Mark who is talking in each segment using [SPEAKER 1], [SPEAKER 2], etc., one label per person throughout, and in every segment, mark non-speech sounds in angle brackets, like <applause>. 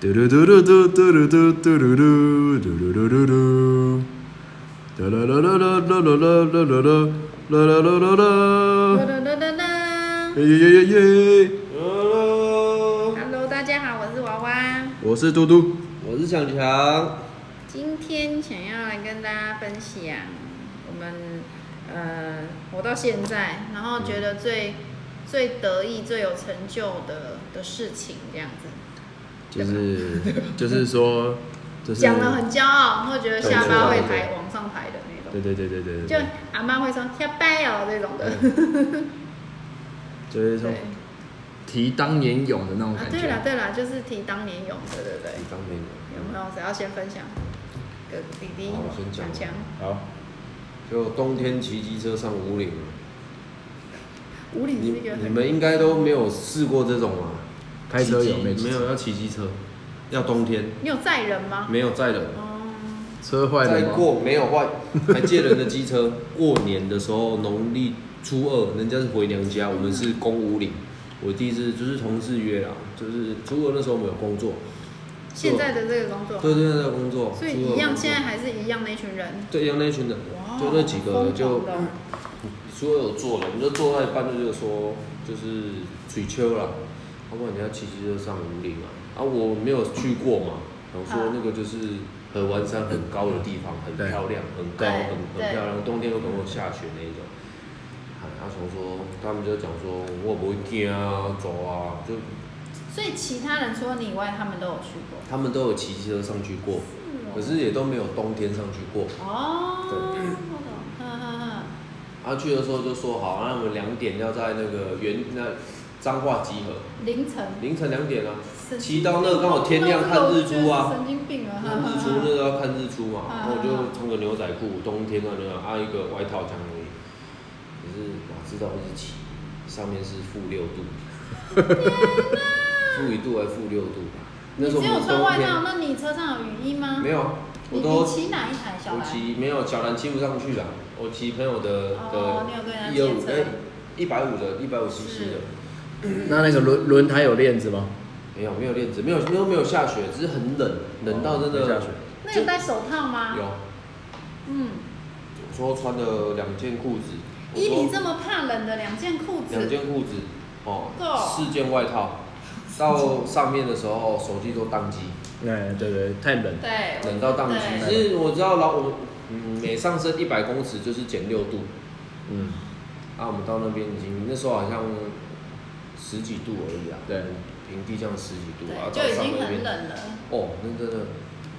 [SPEAKER 1] 嘟噜嘟噜嘟嘟噜嘟嘟噜噜嘟噜噜噜噜，哒啦啦啦啦啦啦啦啦啦啦啦啦啦
[SPEAKER 2] 哒
[SPEAKER 1] 啦，
[SPEAKER 2] 哒哒哒哒
[SPEAKER 3] 嗯
[SPEAKER 1] 耶耶耶耶，啊！
[SPEAKER 2] Hello，大家好，我是娃娃。
[SPEAKER 1] 我是嘟嘟，
[SPEAKER 4] 我是强强，
[SPEAKER 2] 今天想要来跟大家分享我们呃活到现在，然后觉得最、最得意、最有成就的的事情，这样子
[SPEAKER 1] 就是就是说，就是
[SPEAKER 2] 讲的很骄傲，会觉得下巴会
[SPEAKER 1] 对
[SPEAKER 2] 抬往上抬的那
[SPEAKER 1] 对
[SPEAKER 2] 种。
[SPEAKER 1] 对对对对，
[SPEAKER 2] 就阿妈会说下班哦这种的，
[SPEAKER 1] 就是
[SPEAKER 2] <laughs>
[SPEAKER 1] 说
[SPEAKER 2] 对
[SPEAKER 3] 提当年勇的那种
[SPEAKER 2] 啊
[SPEAKER 3] 感
[SPEAKER 2] 对
[SPEAKER 3] 觉。
[SPEAKER 2] 了对了，就是提当年勇，对对对。
[SPEAKER 4] 当年
[SPEAKER 2] 有没有谁要先分享？哥弟弟
[SPEAKER 4] 好我先讲
[SPEAKER 2] 强强，
[SPEAKER 1] 好，
[SPEAKER 4] 就冬天骑机车上五岭嘛，
[SPEAKER 2] 五岭
[SPEAKER 4] 你
[SPEAKER 2] 是一个
[SPEAKER 4] 你
[SPEAKER 2] 很
[SPEAKER 4] 们应该都没有试过这种啊，
[SPEAKER 3] 开车有没
[SPEAKER 4] 没
[SPEAKER 3] 有？
[SPEAKER 4] 有要骑机车，要冬天
[SPEAKER 2] 你有载人吗？
[SPEAKER 4] 没有载人，
[SPEAKER 2] 哦，
[SPEAKER 3] 车坏
[SPEAKER 4] 再
[SPEAKER 3] 了吗？
[SPEAKER 4] 过没有
[SPEAKER 3] <laughs>
[SPEAKER 4] 坏，还借人的机车。过年的时候，农历初二，人家是回娘家，我们是公五岭。我第一次就是同事约啦，就是初二那时候我们有工作，
[SPEAKER 2] 现在的这个工作，
[SPEAKER 4] 对对对，工作，
[SPEAKER 2] 所
[SPEAKER 4] 初
[SPEAKER 2] 以
[SPEAKER 4] 二
[SPEAKER 2] 一样，
[SPEAKER 4] 工作
[SPEAKER 2] 现在还是一样那群人。
[SPEAKER 4] 对一样那一群人，
[SPEAKER 2] 哇，
[SPEAKER 4] 就那几个
[SPEAKER 2] 疯
[SPEAKER 4] 就
[SPEAKER 2] 狂的哦
[SPEAKER 4] 初二有做了，我们就做到一半就是说，就是取秋啦，要不然你要骑机车上五岭啊，啊我没有去过嘛，然后说那个就是合欢山很高的地方，很
[SPEAKER 3] 对
[SPEAKER 4] 漂亮，很高，
[SPEAKER 2] 对
[SPEAKER 4] 很
[SPEAKER 2] 对
[SPEAKER 4] 很漂亮，冬天有可能会下雪那一种。啊，阿雄说，他们就讲说，我不会惊啊，走啊，就
[SPEAKER 2] 所以其他人除了你以外，他们都有去过。
[SPEAKER 4] 他们都有骑机车上去过，可是也都没有冬天上去过。
[SPEAKER 2] 哦，我
[SPEAKER 4] 对
[SPEAKER 2] 懂，哼哼哼，
[SPEAKER 4] 他啊去的时候就说好，那我们两点要在那个原那彰化集合，
[SPEAKER 2] 凌晨。
[SPEAKER 4] 凌晨两点啊。
[SPEAKER 2] 神经
[SPEAKER 4] 骑到那个刚好天亮看日出
[SPEAKER 2] 我觉得
[SPEAKER 4] 啊
[SPEAKER 2] 是神经病啊！哼
[SPEAKER 4] 看
[SPEAKER 2] 哼
[SPEAKER 4] 日
[SPEAKER 2] 哼
[SPEAKER 4] 出那个要看日出
[SPEAKER 2] 嗯
[SPEAKER 4] 嘛，然后我就穿个牛仔裤，冬天的那个啊一个外套这样而已。可是哪知道日期，上面是负六度，负一度还负六度。那时候
[SPEAKER 2] 你
[SPEAKER 4] 我
[SPEAKER 2] 只有
[SPEAKER 4] 们
[SPEAKER 2] 穿
[SPEAKER 4] 冬
[SPEAKER 2] 外套，
[SPEAKER 4] 天
[SPEAKER 2] 那你车上有雨衣吗？
[SPEAKER 4] 没有啊，我
[SPEAKER 2] 你
[SPEAKER 4] 都
[SPEAKER 2] 你骑哪一台小
[SPEAKER 4] 我
[SPEAKER 2] 蓝？
[SPEAKER 4] 骑没有小蓝骑不上去了，我骑朋友的
[SPEAKER 2] 哦你有跟他
[SPEAKER 4] 的
[SPEAKER 2] 借
[SPEAKER 4] 一二五
[SPEAKER 2] 车
[SPEAKER 4] 哎一百五的一百五 cc
[SPEAKER 2] 是
[SPEAKER 4] 的。
[SPEAKER 3] 那那个轮轮胎有链子吗？
[SPEAKER 4] 没有没有链子，没有都没有下雪，只是很冷，冷到真的、
[SPEAKER 3] 哦没下雪
[SPEAKER 2] 那有戴手套吗？
[SPEAKER 4] 有。
[SPEAKER 2] 嗯，
[SPEAKER 4] 我说穿了两件裤子，我
[SPEAKER 2] 以你
[SPEAKER 4] 说
[SPEAKER 2] 这么怕冷的两件裤子，
[SPEAKER 4] 两件裤子，哦
[SPEAKER 2] 够，
[SPEAKER 4] 四件外套，到上面的时候手机都宕机，
[SPEAKER 3] 哎，对对，太冷了。
[SPEAKER 2] 对，
[SPEAKER 4] 冷到宕机。
[SPEAKER 2] 对
[SPEAKER 4] 其实我知道老我嗯每上升一百公尺就是减六度，
[SPEAKER 3] 嗯，
[SPEAKER 4] 啊我们到那边已经那时候好像十几度而已啊，
[SPEAKER 3] 对，
[SPEAKER 4] 平地这样十几度啊，
[SPEAKER 2] 对，
[SPEAKER 4] 到
[SPEAKER 2] 就已
[SPEAKER 4] 上
[SPEAKER 2] 经
[SPEAKER 4] 那边
[SPEAKER 2] 很冷了。
[SPEAKER 4] 哦，那真的，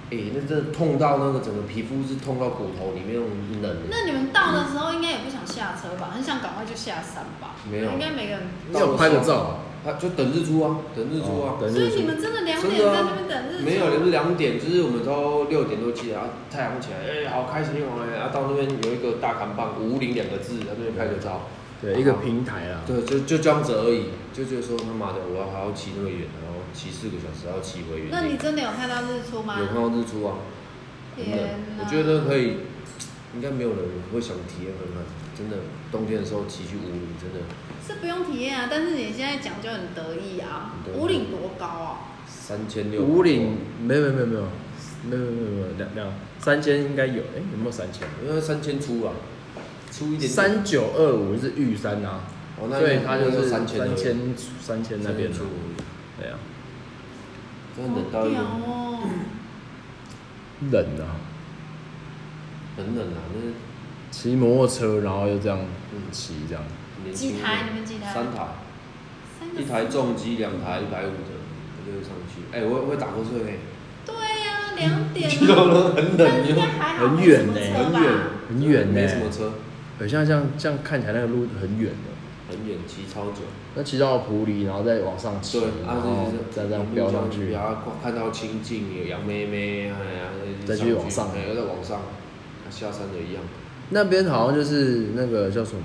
[SPEAKER 4] 哎、那真的痛到那个整个皮肤是痛到骨头里面那种冷。
[SPEAKER 2] 那你们到的时候应该也不想下车吧？很想赶快就下山吧？
[SPEAKER 4] 没有
[SPEAKER 2] 应该每个人。
[SPEAKER 3] 那我拍个照，
[SPEAKER 4] 啊，就等日出啊，等日出啊
[SPEAKER 3] 哦，等
[SPEAKER 2] 所
[SPEAKER 3] 日
[SPEAKER 2] 以你
[SPEAKER 3] 出。
[SPEAKER 2] 们真的两
[SPEAKER 4] 真
[SPEAKER 2] 点
[SPEAKER 4] 的
[SPEAKER 2] 在
[SPEAKER 4] 啊
[SPEAKER 2] 那边等日出？
[SPEAKER 4] 没有，就是两点，就是我们都六点多起来，啊太阳起来，哎、好开心哦、哎、啊，到那边有一个大扛棒，五零两个字，在那边拍个照，
[SPEAKER 3] 对，一个平台啊啦。
[SPEAKER 4] 对，就就这样子而已，就觉得说他妈的，我要还要骑那么远，然后骑四个小时，还要骑回原地
[SPEAKER 2] 那你真的有看到日出吗？
[SPEAKER 4] 有看到日出啊？真的
[SPEAKER 2] 天，哪！
[SPEAKER 4] 我觉得可以，应该没有人会想体验看看，真的，冬天的时候骑去五岭，真的。
[SPEAKER 2] 是不用体验啊，但是你现在讲就很得意啊。
[SPEAKER 4] 很得意
[SPEAKER 2] 五岭多高啊？
[SPEAKER 4] 三千六，
[SPEAKER 3] 五岭没有没有没有没有没有没有没有两两三千应该有，哎，有没有三千？
[SPEAKER 4] 因为三千出啊，出一点点
[SPEAKER 3] 三九二五是玉山啊，
[SPEAKER 4] 哦，那
[SPEAKER 3] 所以它就是
[SPEAKER 4] 三
[SPEAKER 3] 三
[SPEAKER 4] 千
[SPEAKER 3] 千
[SPEAKER 4] 而已
[SPEAKER 3] 三千那边
[SPEAKER 4] 三
[SPEAKER 3] 的
[SPEAKER 4] 出，，
[SPEAKER 3] 对啊，
[SPEAKER 4] 真的冷到一个
[SPEAKER 2] 好屌哦！
[SPEAKER 3] 冷啊，
[SPEAKER 4] 很冷啊，那嗯
[SPEAKER 3] 骑摩托车然后又这样骑这样，
[SPEAKER 4] 年轻
[SPEAKER 2] 几
[SPEAKER 4] 人
[SPEAKER 2] 台？你们几台？
[SPEAKER 4] 三台，
[SPEAKER 2] 三个。
[SPEAKER 4] 一台重机，两台一百五的，我就会上去。哎，我我会打瞌睡哎，
[SPEAKER 2] 对呀，两点啊。
[SPEAKER 4] <laughs> 知道吗？很
[SPEAKER 2] 但
[SPEAKER 4] 冷
[SPEAKER 2] 应该
[SPEAKER 4] 又
[SPEAKER 2] 还好，
[SPEAKER 3] 很远呢
[SPEAKER 2] 没什么车吧
[SPEAKER 4] 很远，
[SPEAKER 3] 很远呢
[SPEAKER 4] 没什么车，
[SPEAKER 3] 很像这样这样看起来那个路很远的。
[SPEAKER 4] 很远，骑超久。
[SPEAKER 3] 那骑到普里，然后再往上骑，
[SPEAKER 4] 对，
[SPEAKER 3] 然
[SPEAKER 4] 啊，
[SPEAKER 3] 后
[SPEAKER 4] 就是
[SPEAKER 3] 哦再这样飙上去，
[SPEAKER 4] 然后看到清境有杨妹妹，哎呀，
[SPEAKER 3] 再继续往上
[SPEAKER 4] 哎，又再往上，啊下山的一样。
[SPEAKER 3] 那边好像就是那个叫什么，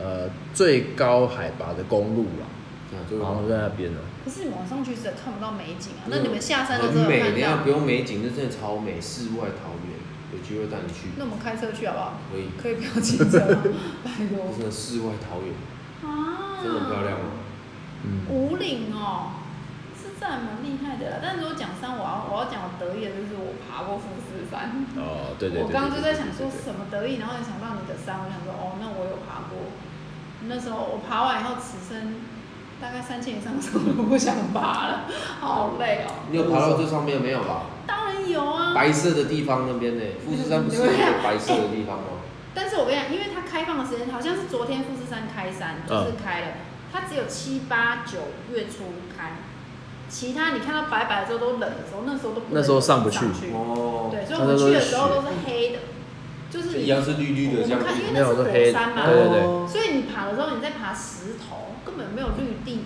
[SPEAKER 3] 呃，最高海拔的公路啦，
[SPEAKER 4] 啊，就是
[SPEAKER 3] 然后在那边呢，
[SPEAKER 2] 可是你们晚上去是看不到美景啊，
[SPEAKER 4] 没
[SPEAKER 2] 那
[SPEAKER 4] 有
[SPEAKER 2] 你们下山的
[SPEAKER 4] 很
[SPEAKER 2] 时候有
[SPEAKER 4] 美，等
[SPEAKER 2] 看
[SPEAKER 4] 一下
[SPEAKER 2] 到
[SPEAKER 4] 不？用美景，那真的超美，世外桃源，有机会带你去，
[SPEAKER 2] 那我们开车去好不好？
[SPEAKER 4] 可以，
[SPEAKER 2] 可以不要骑车吗？ <laughs> 拜
[SPEAKER 4] 这真
[SPEAKER 2] 托。
[SPEAKER 4] 的世外桃源，
[SPEAKER 2] 啊
[SPEAKER 3] 啊
[SPEAKER 4] 真的很漂亮。哦。
[SPEAKER 3] 嗯，
[SPEAKER 2] 五岭哦，是这还蛮厉害的啦。但如果讲山，我要我要讲我得意的就是我爬过富士山。
[SPEAKER 3] 哦，对对对。
[SPEAKER 2] 我刚刚就在想
[SPEAKER 3] 对
[SPEAKER 2] 说
[SPEAKER 3] 对对
[SPEAKER 2] 什么得意，然后也想到你的山，我想说哦，那我有爬过。那时候我爬完以后，此生大概三千以上的山我都不想爬了，好累哦。
[SPEAKER 4] 你有爬到最上面没有吧？
[SPEAKER 2] 当然有啊，
[SPEAKER 4] 白色的地方那边呢、富士山不是有一个白色的地方吗？
[SPEAKER 2] 但是我跟你讲，因为它开放的时间好像是昨天富士山开山，
[SPEAKER 3] 嗯
[SPEAKER 2] 就是开了，它只有七八九月初开，其他你看到白白的时候都冷的时候，那时候都不能
[SPEAKER 3] 那时候上不去
[SPEAKER 2] 去，嗯
[SPEAKER 4] 哦，
[SPEAKER 2] 对，所以我们去的时候都是黑的，就是
[SPEAKER 4] 就
[SPEAKER 2] 你
[SPEAKER 4] 一样是绿绿的这样
[SPEAKER 2] 我们看因为
[SPEAKER 3] 没有都黑，对嗯
[SPEAKER 2] 那是火山嘛
[SPEAKER 3] 对对，
[SPEAKER 4] 哦
[SPEAKER 2] 所以你爬的时候你在爬石头，根本没有绿地。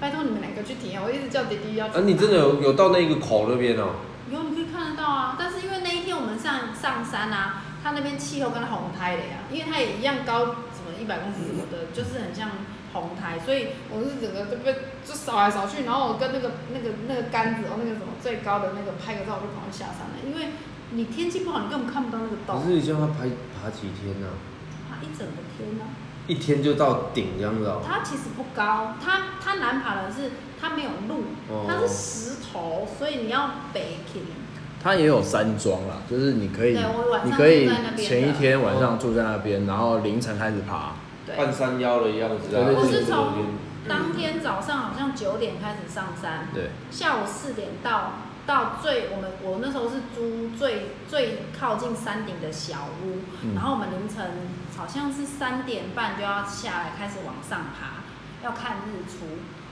[SPEAKER 2] 拜托你们两个去体验，我一直叫弟弟要去爬。
[SPEAKER 4] 啊，你真的有有到那个口那边哦、
[SPEAKER 2] 有你可以看得到啊，但是因为那一天我们上上山啊，它那边气候跟它红苔的呀，因为它也一样高，什么一百公尺什么的，就是很像红苔，所以我是整个都被就扫来扫去，然后我跟那个那个那个杆子哦，那个什么最高的那个拍个照，我就赶快下山了，因为你天气不好，你根本看不到那个
[SPEAKER 4] 可
[SPEAKER 2] 洞
[SPEAKER 4] 是，你叫他爬爬几天呢、啊？
[SPEAKER 2] 它一整个天呢、啊
[SPEAKER 4] 一天就到顶这样子哦、
[SPEAKER 2] 它其实不高，它它难爬的是它没有路
[SPEAKER 4] 哦，
[SPEAKER 2] 它是石头，所以你要北起。
[SPEAKER 3] 它也有山庄啦，就是你可以
[SPEAKER 2] 对我晚上
[SPEAKER 3] 你可以
[SPEAKER 2] 住在那边的
[SPEAKER 3] 前一天晚上住在那边，然后凌晨开始爬，
[SPEAKER 2] 对，
[SPEAKER 4] 半山腰的样子啊，
[SPEAKER 3] 对对对
[SPEAKER 2] 我是
[SPEAKER 4] 那
[SPEAKER 2] 从
[SPEAKER 4] 边
[SPEAKER 2] 当天早上好像九点开始上山，
[SPEAKER 3] 对，
[SPEAKER 2] 下午四点到到最我们我那时候是租最最靠近山顶的小屋，
[SPEAKER 3] 嗯
[SPEAKER 2] 然后我们凌晨好像是三点半就要下来开始往上爬，要看日出，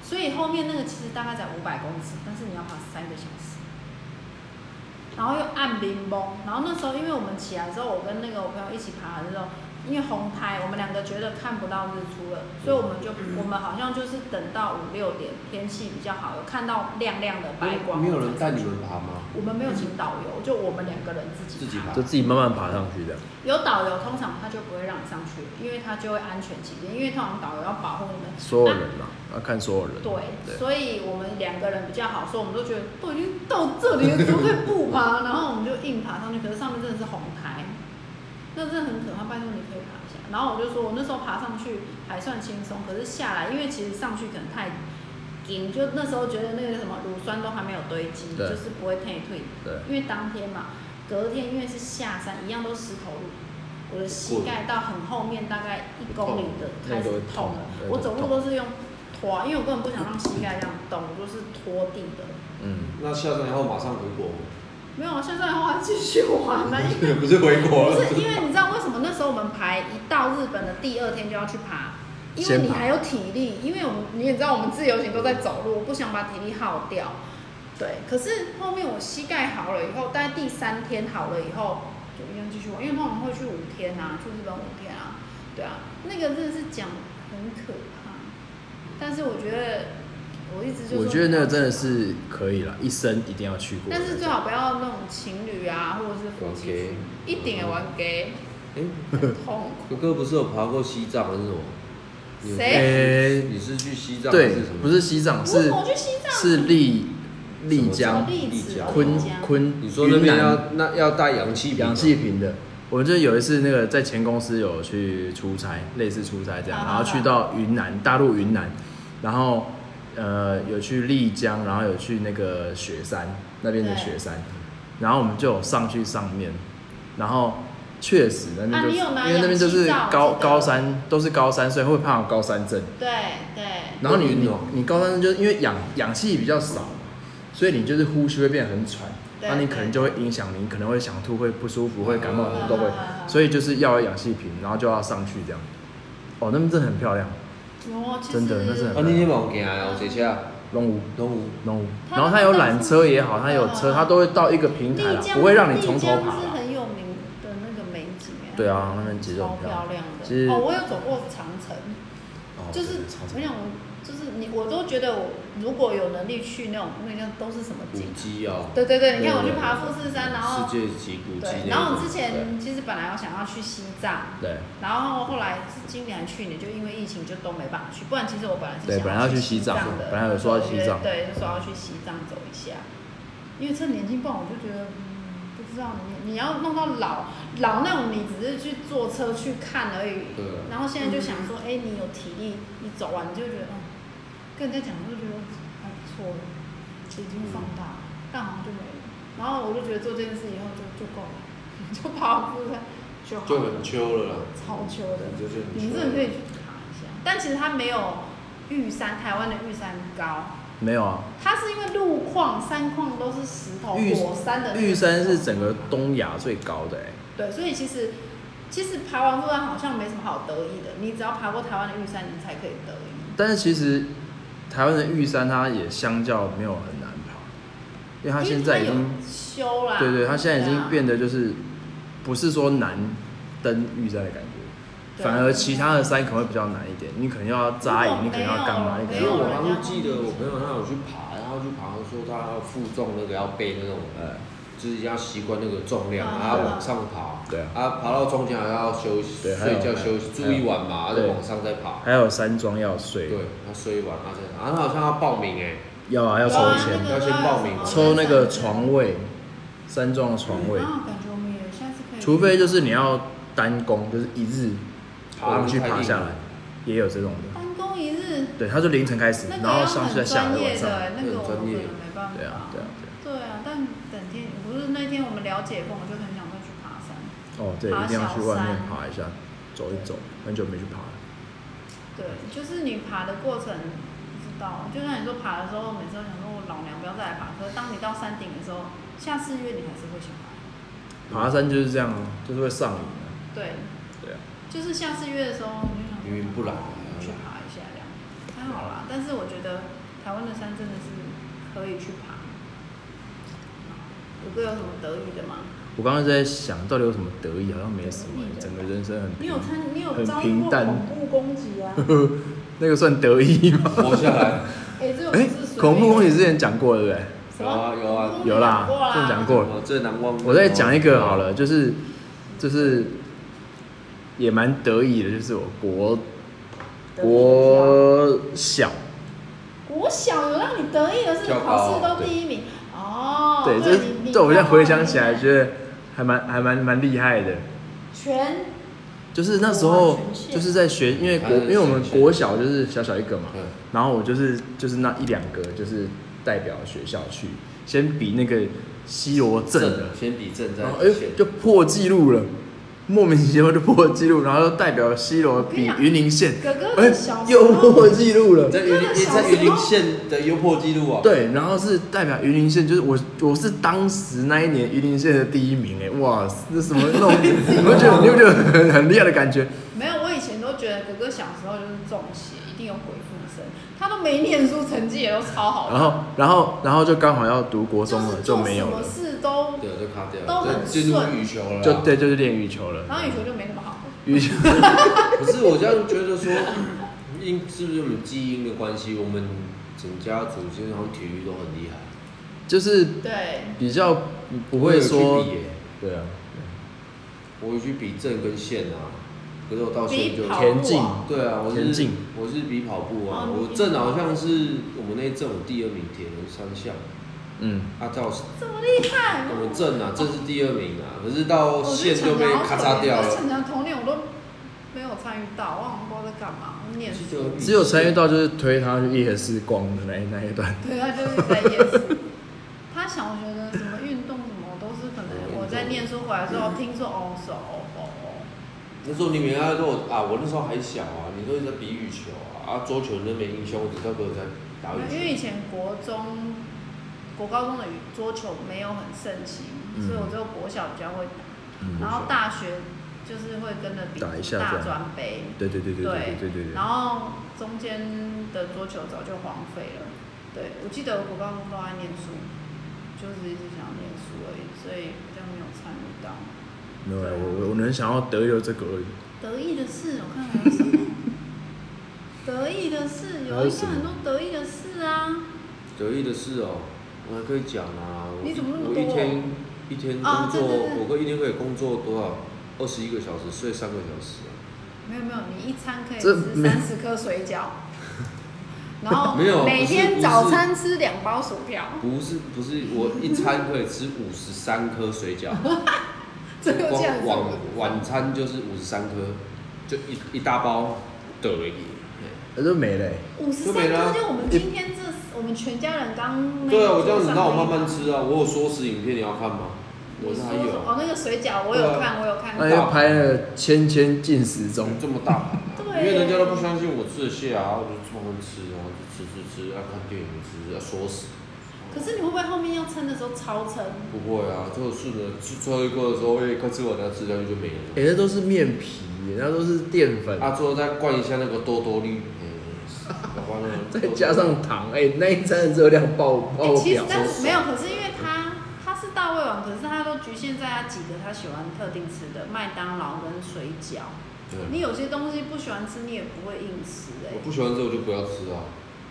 [SPEAKER 2] 所以后面那个其实大概在五百公尺，但是你要爬三个小时。然后又暗冰崩，然后那时候因为我们起来之后，我跟那个我朋友一起爬的时候，因为红台，我们两个觉得看不到日出了，所以我们就、
[SPEAKER 4] 嗯
[SPEAKER 2] 我们好像就是等到五六点天气比较好，有看到亮亮的白光。
[SPEAKER 4] 没有人带你们爬吗？
[SPEAKER 2] 我们没有请导游，就我们两个人自己
[SPEAKER 4] 自己爬
[SPEAKER 3] 就自己慢慢爬上去的。
[SPEAKER 2] 有导游，通常他就不会让你上去，因为他就会安全起见，因为通常导游要保护你们。
[SPEAKER 3] 所有人嘛，要看所有人。
[SPEAKER 2] 对，
[SPEAKER 3] 对，
[SPEAKER 2] 所以我们两个人比较好，所以我们都觉得都已经到这里了，怎么可以不爬？ <laughs> 然后我们就硬爬上去，可是上面真的是红台，那真的很可怕。拜托你可以爬一下。然后我就说，我那时候爬上去还算轻松，可是下来，因为其实上去可能太紧，就那时候觉得那个什么乳酸都还没有堆积，
[SPEAKER 3] 对
[SPEAKER 2] 就是不会退退。
[SPEAKER 3] 对
[SPEAKER 2] 因为当天嘛，隔天因为是下山，一样都石头路。我的膝盖到很后面大概一公里的开始痛了，
[SPEAKER 3] 那个会痛
[SPEAKER 2] 我走路都是用拖，因为我根本不想让膝盖这样动，我就是拖地的。
[SPEAKER 3] 嗯，
[SPEAKER 4] 那下山以后马上回国吗，
[SPEAKER 2] 没有啊，现在的话继续玩啊嘛，因为
[SPEAKER 4] <laughs> 不是回国
[SPEAKER 2] 不
[SPEAKER 4] 了，
[SPEAKER 2] 是因为你知道为什么那时候我们排一到日本的第二天就要去爬，因为
[SPEAKER 3] 先
[SPEAKER 2] 你
[SPEAKER 3] 爬
[SPEAKER 2] 还有体力，因为我们你也知道我们自由行都在走路，我不想把体力耗掉。对，可是后面我膝盖好了以后，大概第三天好了以后，就一样继续玩，因为通常会去五天啊，去日本五天啊，对啊，那个真的是讲很可怕，但是我觉得我一直就
[SPEAKER 3] 我
[SPEAKER 2] 说
[SPEAKER 3] 觉得那个真的
[SPEAKER 2] 不要去
[SPEAKER 3] 是可以啦，一生一定要去过的
[SPEAKER 2] 爬，
[SPEAKER 3] 那
[SPEAKER 2] 但
[SPEAKER 3] 种。
[SPEAKER 2] 是最好不要那种情侣啊，或者是夫妻去
[SPEAKER 4] 玩 gay，
[SPEAKER 2] 一定要玩 gay，
[SPEAKER 4] 哎、
[SPEAKER 2] 很痛苦。
[SPEAKER 4] 哥哥不是有爬过西藏还是什么？你有
[SPEAKER 2] 谁
[SPEAKER 3] 诶
[SPEAKER 4] 哎你是去西藏还
[SPEAKER 3] 对
[SPEAKER 4] 是什么？，
[SPEAKER 3] 不是西藏，
[SPEAKER 2] 为什
[SPEAKER 3] 是
[SPEAKER 2] 么我去西藏
[SPEAKER 3] 是丽丽江、
[SPEAKER 2] 栗
[SPEAKER 4] 丽
[SPEAKER 2] 子
[SPEAKER 4] 江
[SPEAKER 3] 昆
[SPEAKER 2] 江
[SPEAKER 3] 昆，
[SPEAKER 4] 你说那边
[SPEAKER 3] 云啊南
[SPEAKER 4] 要那要带氧气瓶吗
[SPEAKER 3] 氧气瓶的。我就有一次那个在前公司有去出差，类似出差这样，
[SPEAKER 2] 啊
[SPEAKER 3] 然后去到云南，大陆云南，然后呃有去丽江，然后有去那个雪山那边的
[SPEAKER 2] 对
[SPEAKER 3] 雪山，然后我们就有上去上面，然后确实那边
[SPEAKER 2] 啊
[SPEAKER 3] 就
[SPEAKER 2] 你
[SPEAKER 3] 是、
[SPEAKER 2] 有拿
[SPEAKER 3] 因为那边就
[SPEAKER 2] 氧
[SPEAKER 3] 是
[SPEAKER 2] 气罩
[SPEAKER 3] 高
[SPEAKER 2] 我记得
[SPEAKER 3] 高山都是高山，所以会怕有高山症。
[SPEAKER 2] 对对，
[SPEAKER 3] 然后你
[SPEAKER 4] 会晕
[SPEAKER 3] 你
[SPEAKER 4] 哦
[SPEAKER 3] 你高山症就是因为氧氧气比较少，所以你就是呼吸会变得很喘，
[SPEAKER 2] 对
[SPEAKER 3] 那你可能就会影响你，可能会想吐，会不舒服，会感冒
[SPEAKER 4] 啊
[SPEAKER 3] 都会
[SPEAKER 2] 啊啊，
[SPEAKER 3] 所以就是要有氧气瓶，然后就要上去这样。哦，那边真的很漂亮，
[SPEAKER 2] 哦，其实
[SPEAKER 3] 真的那是很
[SPEAKER 4] 啊，你那往行哦，坐车
[SPEAKER 3] 龙湖
[SPEAKER 4] 拢有。
[SPEAKER 3] 龙湖，
[SPEAKER 2] 它
[SPEAKER 3] 然后它有缆车也好，
[SPEAKER 2] 那
[SPEAKER 3] 它
[SPEAKER 2] 个
[SPEAKER 3] 有车，它都会到一个平台
[SPEAKER 2] 丽
[SPEAKER 3] 啦，
[SPEAKER 2] 江
[SPEAKER 3] 不会让你从头
[SPEAKER 2] 丽江
[SPEAKER 3] 爬
[SPEAKER 2] 是
[SPEAKER 3] 啦。
[SPEAKER 2] 很有名的那个美景哎，
[SPEAKER 3] 对啊，那边其实
[SPEAKER 2] 超
[SPEAKER 3] 很
[SPEAKER 2] 漂
[SPEAKER 3] 漂
[SPEAKER 2] 亮
[SPEAKER 3] 亮。
[SPEAKER 2] 的。
[SPEAKER 3] 其实
[SPEAKER 2] 哦，我有走过长城，
[SPEAKER 3] 哦
[SPEAKER 2] 就
[SPEAKER 3] 对
[SPEAKER 2] 是
[SPEAKER 3] 超
[SPEAKER 2] 我想我就是你，我都觉得我如果有能力去那种那个都是什么
[SPEAKER 4] 古
[SPEAKER 2] 景？
[SPEAKER 4] 迹哦，
[SPEAKER 2] 对对对，你
[SPEAKER 3] 对
[SPEAKER 2] 看我去
[SPEAKER 3] 对
[SPEAKER 2] 爬富士山，然后
[SPEAKER 4] 世界级古迹
[SPEAKER 2] 对，
[SPEAKER 4] 那
[SPEAKER 2] 然后我
[SPEAKER 4] 种
[SPEAKER 2] 之前其实本来我想要去西藏，
[SPEAKER 3] 对
[SPEAKER 2] 然后后来是今年还是去年就因为疫情就都没办法去，不然其实我本来是
[SPEAKER 3] 对本
[SPEAKER 2] 想
[SPEAKER 3] 来要去
[SPEAKER 2] 西
[SPEAKER 3] 西藏
[SPEAKER 2] 的，
[SPEAKER 3] 本来有说要去西藏
[SPEAKER 2] 对，就说要去西藏走一下，因为趁年轻，不然我就觉得。嗯，不知道你你要弄到老老那种，你只是去坐车去看而已。
[SPEAKER 4] 对
[SPEAKER 3] 啊
[SPEAKER 2] 然后现在就想嗯说，哎、你有体力，你走完你就觉得，哦、跟人家讲就觉得还不错了。已经放大，
[SPEAKER 3] 嗯
[SPEAKER 2] 但好像就没了。然后我就觉得做这件事以后就就够了， <laughs> 就跑步了就好
[SPEAKER 4] 就
[SPEAKER 2] 了
[SPEAKER 4] 很秋了啦。
[SPEAKER 2] 超秋的。
[SPEAKER 4] 你这就很
[SPEAKER 2] 你们
[SPEAKER 4] 秋
[SPEAKER 2] 真的可以
[SPEAKER 4] 了。
[SPEAKER 2] 去爬一下，但其实它没有玉山台湾的玉山高，
[SPEAKER 3] 没有啊，
[SPEAKER 2] 它是因为路况、山况都是石头、
[SPEAKER 3] 玉
[SPEAKER 2] 哦火山的那种
[SPEAKER 3] 玉山是整个东亚最高的哎、
[SPEAKER 2] 对，所以其实其实爬完富山好像没什么好得意的，你只要爬过台湾的玉山，你才可以得意。
[SPEAKER 3] 但是其实台湾的玉山它也相较没有很难爬，因为它现在已
[SPEAKER 2] 因为
[SPEAKER 3] 经
[SPEAKER 2] 它有修啦，
[SPEAKER 3] 对对，它现在已
[SPEAKER 2] 对啊
[SPEAKER 3] 经变得就是不是说难登玉山的感觉，
[SPEAKER 2] 对
[SPEAKER 3] 反而其他的山可能会比较难一点，你可能要扎营，你可能要干嘛，你可
[SPEAKER 4] 因
[SPEAKER 3] 能
[SPEAKER 4] 为
[SPEAKER 3] 要
[SPEAKER 4] 我好像记得我朋友他有去爬，然后去爬说他要负重那个要背那种
[SPEAKER 3] 呃，
[SPEAKER 4] 就是要习惯那个重量，
[SPEAKER 2] 嗯
[SPEAKER 4] 然后往上爬。
[SPEAKER 3] 对啊
[SPEAKER 4] 啊，爬到中间还要休息，
[SPEAKER 3] 对还有
[SPEAKER 4] 睡觉休息，
[SPEAKER 3] 还有
[SPEAKER 4] 住一晚嘛，然后再
[SPEAKER 3] 对
[SPEAKER 4] 往上再爬。
[SPEAKER 3] 还有山庄要睡
[SPEAKER 4] 对，，他睡一晚，他再爬啊，他好像要报名哎，
[SPEAKER 3] 要啊要抽
[SPEAKER 2] 有啊
[SPEAKER 3] 签，
[SPEAKER 2] 那个
[SPEAKER 4] 要先报名
[SPEAKER 2] 都有什么
[SPEAKER 3] 抽那个床位，山庄的床位，
[SPEAKER 2] 啊，感觉我们也下次可以。
[SPEAKER 3] 除非就是你要单攻，就是一日爬上去爬下来，也有这种的。
[SPEAKER 2] 单工一日，
[SPEAKER 3] 对，他就凌晨开始
[SPEAKER 2] 那，
[SPEAKER 3] 然
[SPEAKER 2] 个
[SPEAKER 3] 后
[SPEAKER 2] 要
[SPEAKER 3] 上去
[SPEAKER 2] 很
[SPEAKER 3] 再下
[SPEAKER 2] 专
[SPEAKER 3] 来晚
[SPEAKER 2] 业
[SPEAKER 3] 上，
[SPEAKER 2] 的，那个我们可
[SPEAKER 4] 很专
[SPEAKER 2] 能
[SPEAKER 4] 业
[SPEAKER 2] 没办法。
[SPEAKER 3] 对啊对啊对啊。
[SPEAKER 2] 对啊，但整天不是那天我们了解过，我们就很想再去爬山。
[SPEAKER 3] 哦，对，
[SPEAKER 2] 爬
[SPEAKER 3] 一定要
[SPEAKER 2] 小
[SPEAKER 3] 去外面
[SPEAKER 2] 山
[SPEAKER 3] 爬一下，走一走，很久没去爬了。
[SPEAKER 2] 对，就是你爬的过程不知道，就像你说爬的时候，每次都想说我老娘不要再来爬，可是当你到山顶的时候，下次约你还是会想来。
[SPEAKER 3] 爬山就是这样啊，就是会上瘾啊。
[SPEAKER 2] 对，
[SPEAKER 3] 对啊，
[SPEAKER 2] 就是下次约的时候，你就想说
[SPEAKER 4] 明明不来
[SPEAKER 2] 去爬一下这样，还好啦。但是我觉得台湾的山真的是可以去爬。五哥有什么得意的吗？
[SPEAKER 3] 我刚刚在想到底有什么得意，好像没什么
[SPEAKER 2] 得意，的
[SPEAKER 3] 整个人生很
[SPEAKER 2] 你
[SPEAKER 3] 平
[SPEAKER 2] 有。参，你有
[SPEAKER 3] 很
[SPEAKER 2] 遭遇
[SPEAKER 3] 平
[SPEAKER 2] 过
[SPEAKER 3] 淡
[SPEAKER 2] 恐怖攻
[SPEAKER 3] <laughs>
[SPEAKER 2] 击啊？
[SPEAKER 3] 那个算得意吗？
[SPEAKER 4] 活下来。
[SPEAKER 2] 哎、这个不
[SPEAKER 3] 哎
[SPEAKER 2] 是，哦
[SPEAKER 3] <laughs>
[SPEAKER 2] 随
[SPEAKER 3] 恐怖
[SPEAKER 2] 便
[SPEAKER 3] 攻击之前讲过对不对？
[SPEAKER 2] 什么
[SPEAKER 4] 有啊
[SPEAKER 2] 恐怖攻
[SPEAKER 4] 有啊
[SPEAKER 2] 击
[SPEAKER 3] 有啦
[SPEAKER 2] 过，
[SPEAKER 3] 这讲 <laughs> 过了。
[SPEAKER 4] 我最难忘。
[SPEAKER 3] 我再讲一个好。了，就是就是也蛮得意的，就是我国
[SPEAKER 2] 得意的
[SPEAKER 3] 国小，
[SPEAKER 2] 国小有让你得意的是你
[SPEAKER 4] 跳
[SPEAKER 2] 考试
[SPEAKER 4] 高
[SPEAKER 2] 都第一名哦，
[SPEAKER 3] 对，
[SPEAKER 2] 对
[SPEAKER 3] 这
[SPEAKER 2] 你你哦
[SPEAKER 3] 对我现在
[SPEAKER 2] 高
[SPEAKER 3] 回
[SPEAKER 2] 中
[SPEAKER 3] 想
[SPEAKER 2] 第
[SPEAKER 3] 起
[SPEAKER 2] 一
[SPEAKER 3] 来
[SPEAKER 2] 名
[SPEAKER 3] 觉得还蛮还蛮蛮厉害的。
[SPEAKER 2] 全
[SPEAKER 3] 就是那时候
[SPEAKER 2] 哇全啊县
[SPEAKER 3] 就是在学，因为国
[SPEAKER 4] 还是
[SPEAKER 3] 因为我们
[SPEAKER 4] 全县
[SPEAKER 3] 国小就是小小一个嘛，
[SPEAKER 4] 对，
[SPEAKER 3] 然后我就是就是那一两个就是代表学校去，先比那个西罗镇的，
[SPEAKER 4] 先比正在
[SPEAKER 3] 然后哎、就破纪录了，莫名其妙就破纪录，然后代表西罗比云林县，
[SPEAKER 2] 哥哥
[SPEAKER 3] 哎、
[SPEAKER 2] 的小时
[SPEAKER 3] 又
[SPEAKER 2] 候
[SPEAKER 3] 破纪录了
[SPEAKER 4] 你。在云林，你在云林县的优破纪录啊。
[SPEAKER 3] 对，然后是代表云林县，就是我，我是当时那一年云林县的第一名，哎，哇，那什么那
[SPEAKER 2] <laughs>
[SPEAKER 3] 种，你会觉得你会觉得很很厉害的感觉，
[SPEAKER 2] 没有，我以前都觉得哥哥小时候就是中邪，一定有鬼附身，他都没念书，成绩也都超好的，
[SPEAKER 3] 然后，然后，然后就刚好要读国
[SPEAKER 2] 就
[SPEAKER 3] 中
[SPEAKER 2] 是
[SPEAKER 3] 了，
[SPEAKER 2] 做
[SPEAKER 3] 就没有
[SPEAKER 2] 什么
[SPEAKER 3] 了，
[SPEAKER 2] 事都，
[SPEAKER 4] 对，就卡掉了，
[SPEAKER 2] 都很
[SPEAKER 4] 进入羽球了。
[SPEAKER 3] 就，对，就是练羽球了。
[SPEAKER 2] 然后羽球就没那么好。
[SPEAKER 3] 羽球，
[SPEAKER 4] 可是我这样觉得说， <coughs> 因是不是我们基因的关系，我们整家族基本上体育都很厉害，
[SPEAKER 3] 就是
[SPEAKER 2] 对，
[SPEAKER 3] 比较不会
[SPEAKER 4] 我有
[SPEAKER 3] 说
[SPEAKER 4] 去比，耶，
[SPEAKER 3] 对啊，
[SPEAKER 4] 我有去比正跟线啊，可是我到现在
[SPEAKER 2] 比
[SPEAKER 4] 就
[SPEAKER 2] 跑
[SPEAKER 3] 田
[SPEAKER 2] 步
[SPEAKER 3] 径
[SPEAKER 2] 啊，
[SPEAKER 4] 对啊，我
[SPEAKER 3] 田
[SPEAKER 4] 是
[SPEAKER 3] 径
[SPEAKER 4] 我是比跑步啊，
[SPEAKER 2] 哦你
[SPEAKER 4] 我正好像是我们那一阵我第二名铁人三项，
[SPEAKER 3] 嗯，
[SPEAKER 4] 啊到
[SPEAKER 2] 这么厉害，
[SPEAKER 4] 我们正
[SPEAKER 2] 哦
[SPEAKER 4] 啊正是第二名啊，可是到
[SPEAKER 2] 我
[SPEAKER 4] 县就被咔嚓掉
[SPEAKER 2] 哦我
[SPEAKER 4] 了，
[SPEAKER 2] 童年我都没有参与到，我好像不知道在干嘛，我念书。
[SPEAKER 3] 只有参与到就是推他去夜市逛的那一那一段，
[SPEAKER 2] 对，他就是在夜市。他小学的什么运动什么，都是可能我在念书回来之后听说哦手哦哦哦，
[SPEAKER 4] 那时候你们要跟我啊，我那时候还小啊，你都一直在比羽球啊，啊桌球那没印象，我只知道我在打
[SPEAKER 2] 因为
[SPEAKER 4] 羽球。
[SPEAKER 2] 以前国中、国高中的桌球没有很盛行，
[SPEAKER 3] 嗯
[SPEAKER 2] 所以我只有国小比较会
[SPEAKER 3] 嗯
[SPEAKER 2] 打，然后大学就是会跟着比
[SPEAKER 3] 打一下这
[SPEAKER 2] 大
[SPEAKER 3] 样
[SPEAKER 2] 专杯，
[SPEAKER 3] 对对对对对对对对
[SPEAKER 2] 然后中间的桌球早就荒废了。对，我记得我国高中都在念书，就是一直想念书而已，所以比较没有参与到。
[SPEAKER 3] 没有啦，我我我能想要得有这个而已，
[SPEAKER 2] 得意的事，我看还有什么？得意的事，
[SPEAKER 3] 还
[SPEAKER 2] 有
[SPEAKER 3] 有
[SPEAKER 2] 一
[SPEAKER 3] 什
[SPEAKER 2] 些
[SPEAKER 3] 么
[SPEAKER 2] 很多得意的事啊。
[SPEAKER 4] 得意的事哦，我还可以讲啊。我
[SPEAKER 2] 你怎么那么
[SPEAKER 4] 我
[SPEAKER 2] 多
[SPEAKER 4] 一天一天工作，
[SPEAKER 2] 啊对对对
[SPEAKER 4] 我可一天可以工作多少？二十一个小时，睡三个小时啊。
[SPEAKER 2] 没有没有，你一餐可以
[SPEAKER 3] 这
[SPEAKER 2] 吃
[SPEAKER 3] 没
[SPEAKER 2] 三十颗水
[SPEAKER 4] <laughs>
[SPEAKER 2] 饺，然后
[SPEAKER 4] 没有
[SPEAKER 2] 每
[SPEAKER 4] 不是不
[SPEAKER 2] 天
[SPEAKER 4] 是
[SPEAKER 2] 早餐吃两包薯条，
[SPEAKER 4] 不是不是，我一餐可以吃五十三颗水饺，
[SPEAKER 2] <laughs> 这个这样
[SPEAKER 4] 光
[SPEAKER 2] 子
[SPEAKER 4] 晚晚餐就是五十三颗，就一一大包得而已。
[SPEAKER 3] 那就没了欸。
[SPEAKER 2] 五十
[SPEAKER 4] 就
[SPEAKER 2] 三
[SPEAKER 4] 没了
[SPEAKER 2] 颗，
[SPEAKER 4] 啊
[SPEAKER 2] 就我们今天这我们全家人刚那个
[SPEAKER 4] 对啊，我这样子
[SPEAKER 2] 桌上
[SPEAKER 4] 让我
[SPEAKER 2] 那
[SPEAKER 4] 慢
[SPEAKER 2] 一
[SPEAKER 4] 慢
[SPEAKER 2] 盘
[SPEAKER 4] 吃啊。我有缩食影片，你要看吗？我
[SPEAKER 2] 你
[SPEAKER 4] 是
[SPEAKER 2] 说
[SPEAKER 4] 还
[SPEAKER 2] 什么哦
[SPEAKER 4] 有，啊
[SPEAKER 2] 那个水饺我有
[SPEAKER 4] 对啊
[SPEAKER 2] 看，我有看
[SPEAKER 3] 那
[SPEAKER 2] 过。
[SPEAKER 3] 就拍了千千进十中，
[SPEAKER 4] 这么大盘，
[SPEAKER 2] <laughs> 对，
[SPEAKER 4] 因为人家都不相信我吃得下啊，我就慢慢吃，然后就吃吃吃，要看电影吃，要缩食。
[SPEAKER 2] 可是你会不会后面要撑的时候超撑？
[SPEAKER 4] 不会啊，就顺着吃最后一个的时候，哎，快吃完了，吃下去就没了。
[SPEAKER 3] 哎、那都是面皮，那都是淀粉，
[SPEAKER 4] 啊，最后再灌一下那个多多绿，
[SPEAKER 2] <laughs>
[SPEAKER 4] 哎，搞完了
[SPEAKER 3] 再加上糖，哎、那一餐的热量爆
[SPEAKER 4] 哦
[SPEAKER 2] 哎
[SPEAKER 3] 爆
[SPEAKER 2] 其实
[SPEAKER 3] 表。
[SPEAKER 2] 但是没有，可是因为它它是大胃王，可是它都局限在它几个他喜欢特定吃的，麦当劳跟水饺。
[SPEAKER 4] 对
[SPEAKER 2] 你有些东西不喜欢吃，你也不会硬吃哎、
[SPEAKER 4] 我不喜欢吃我就不要吃啊。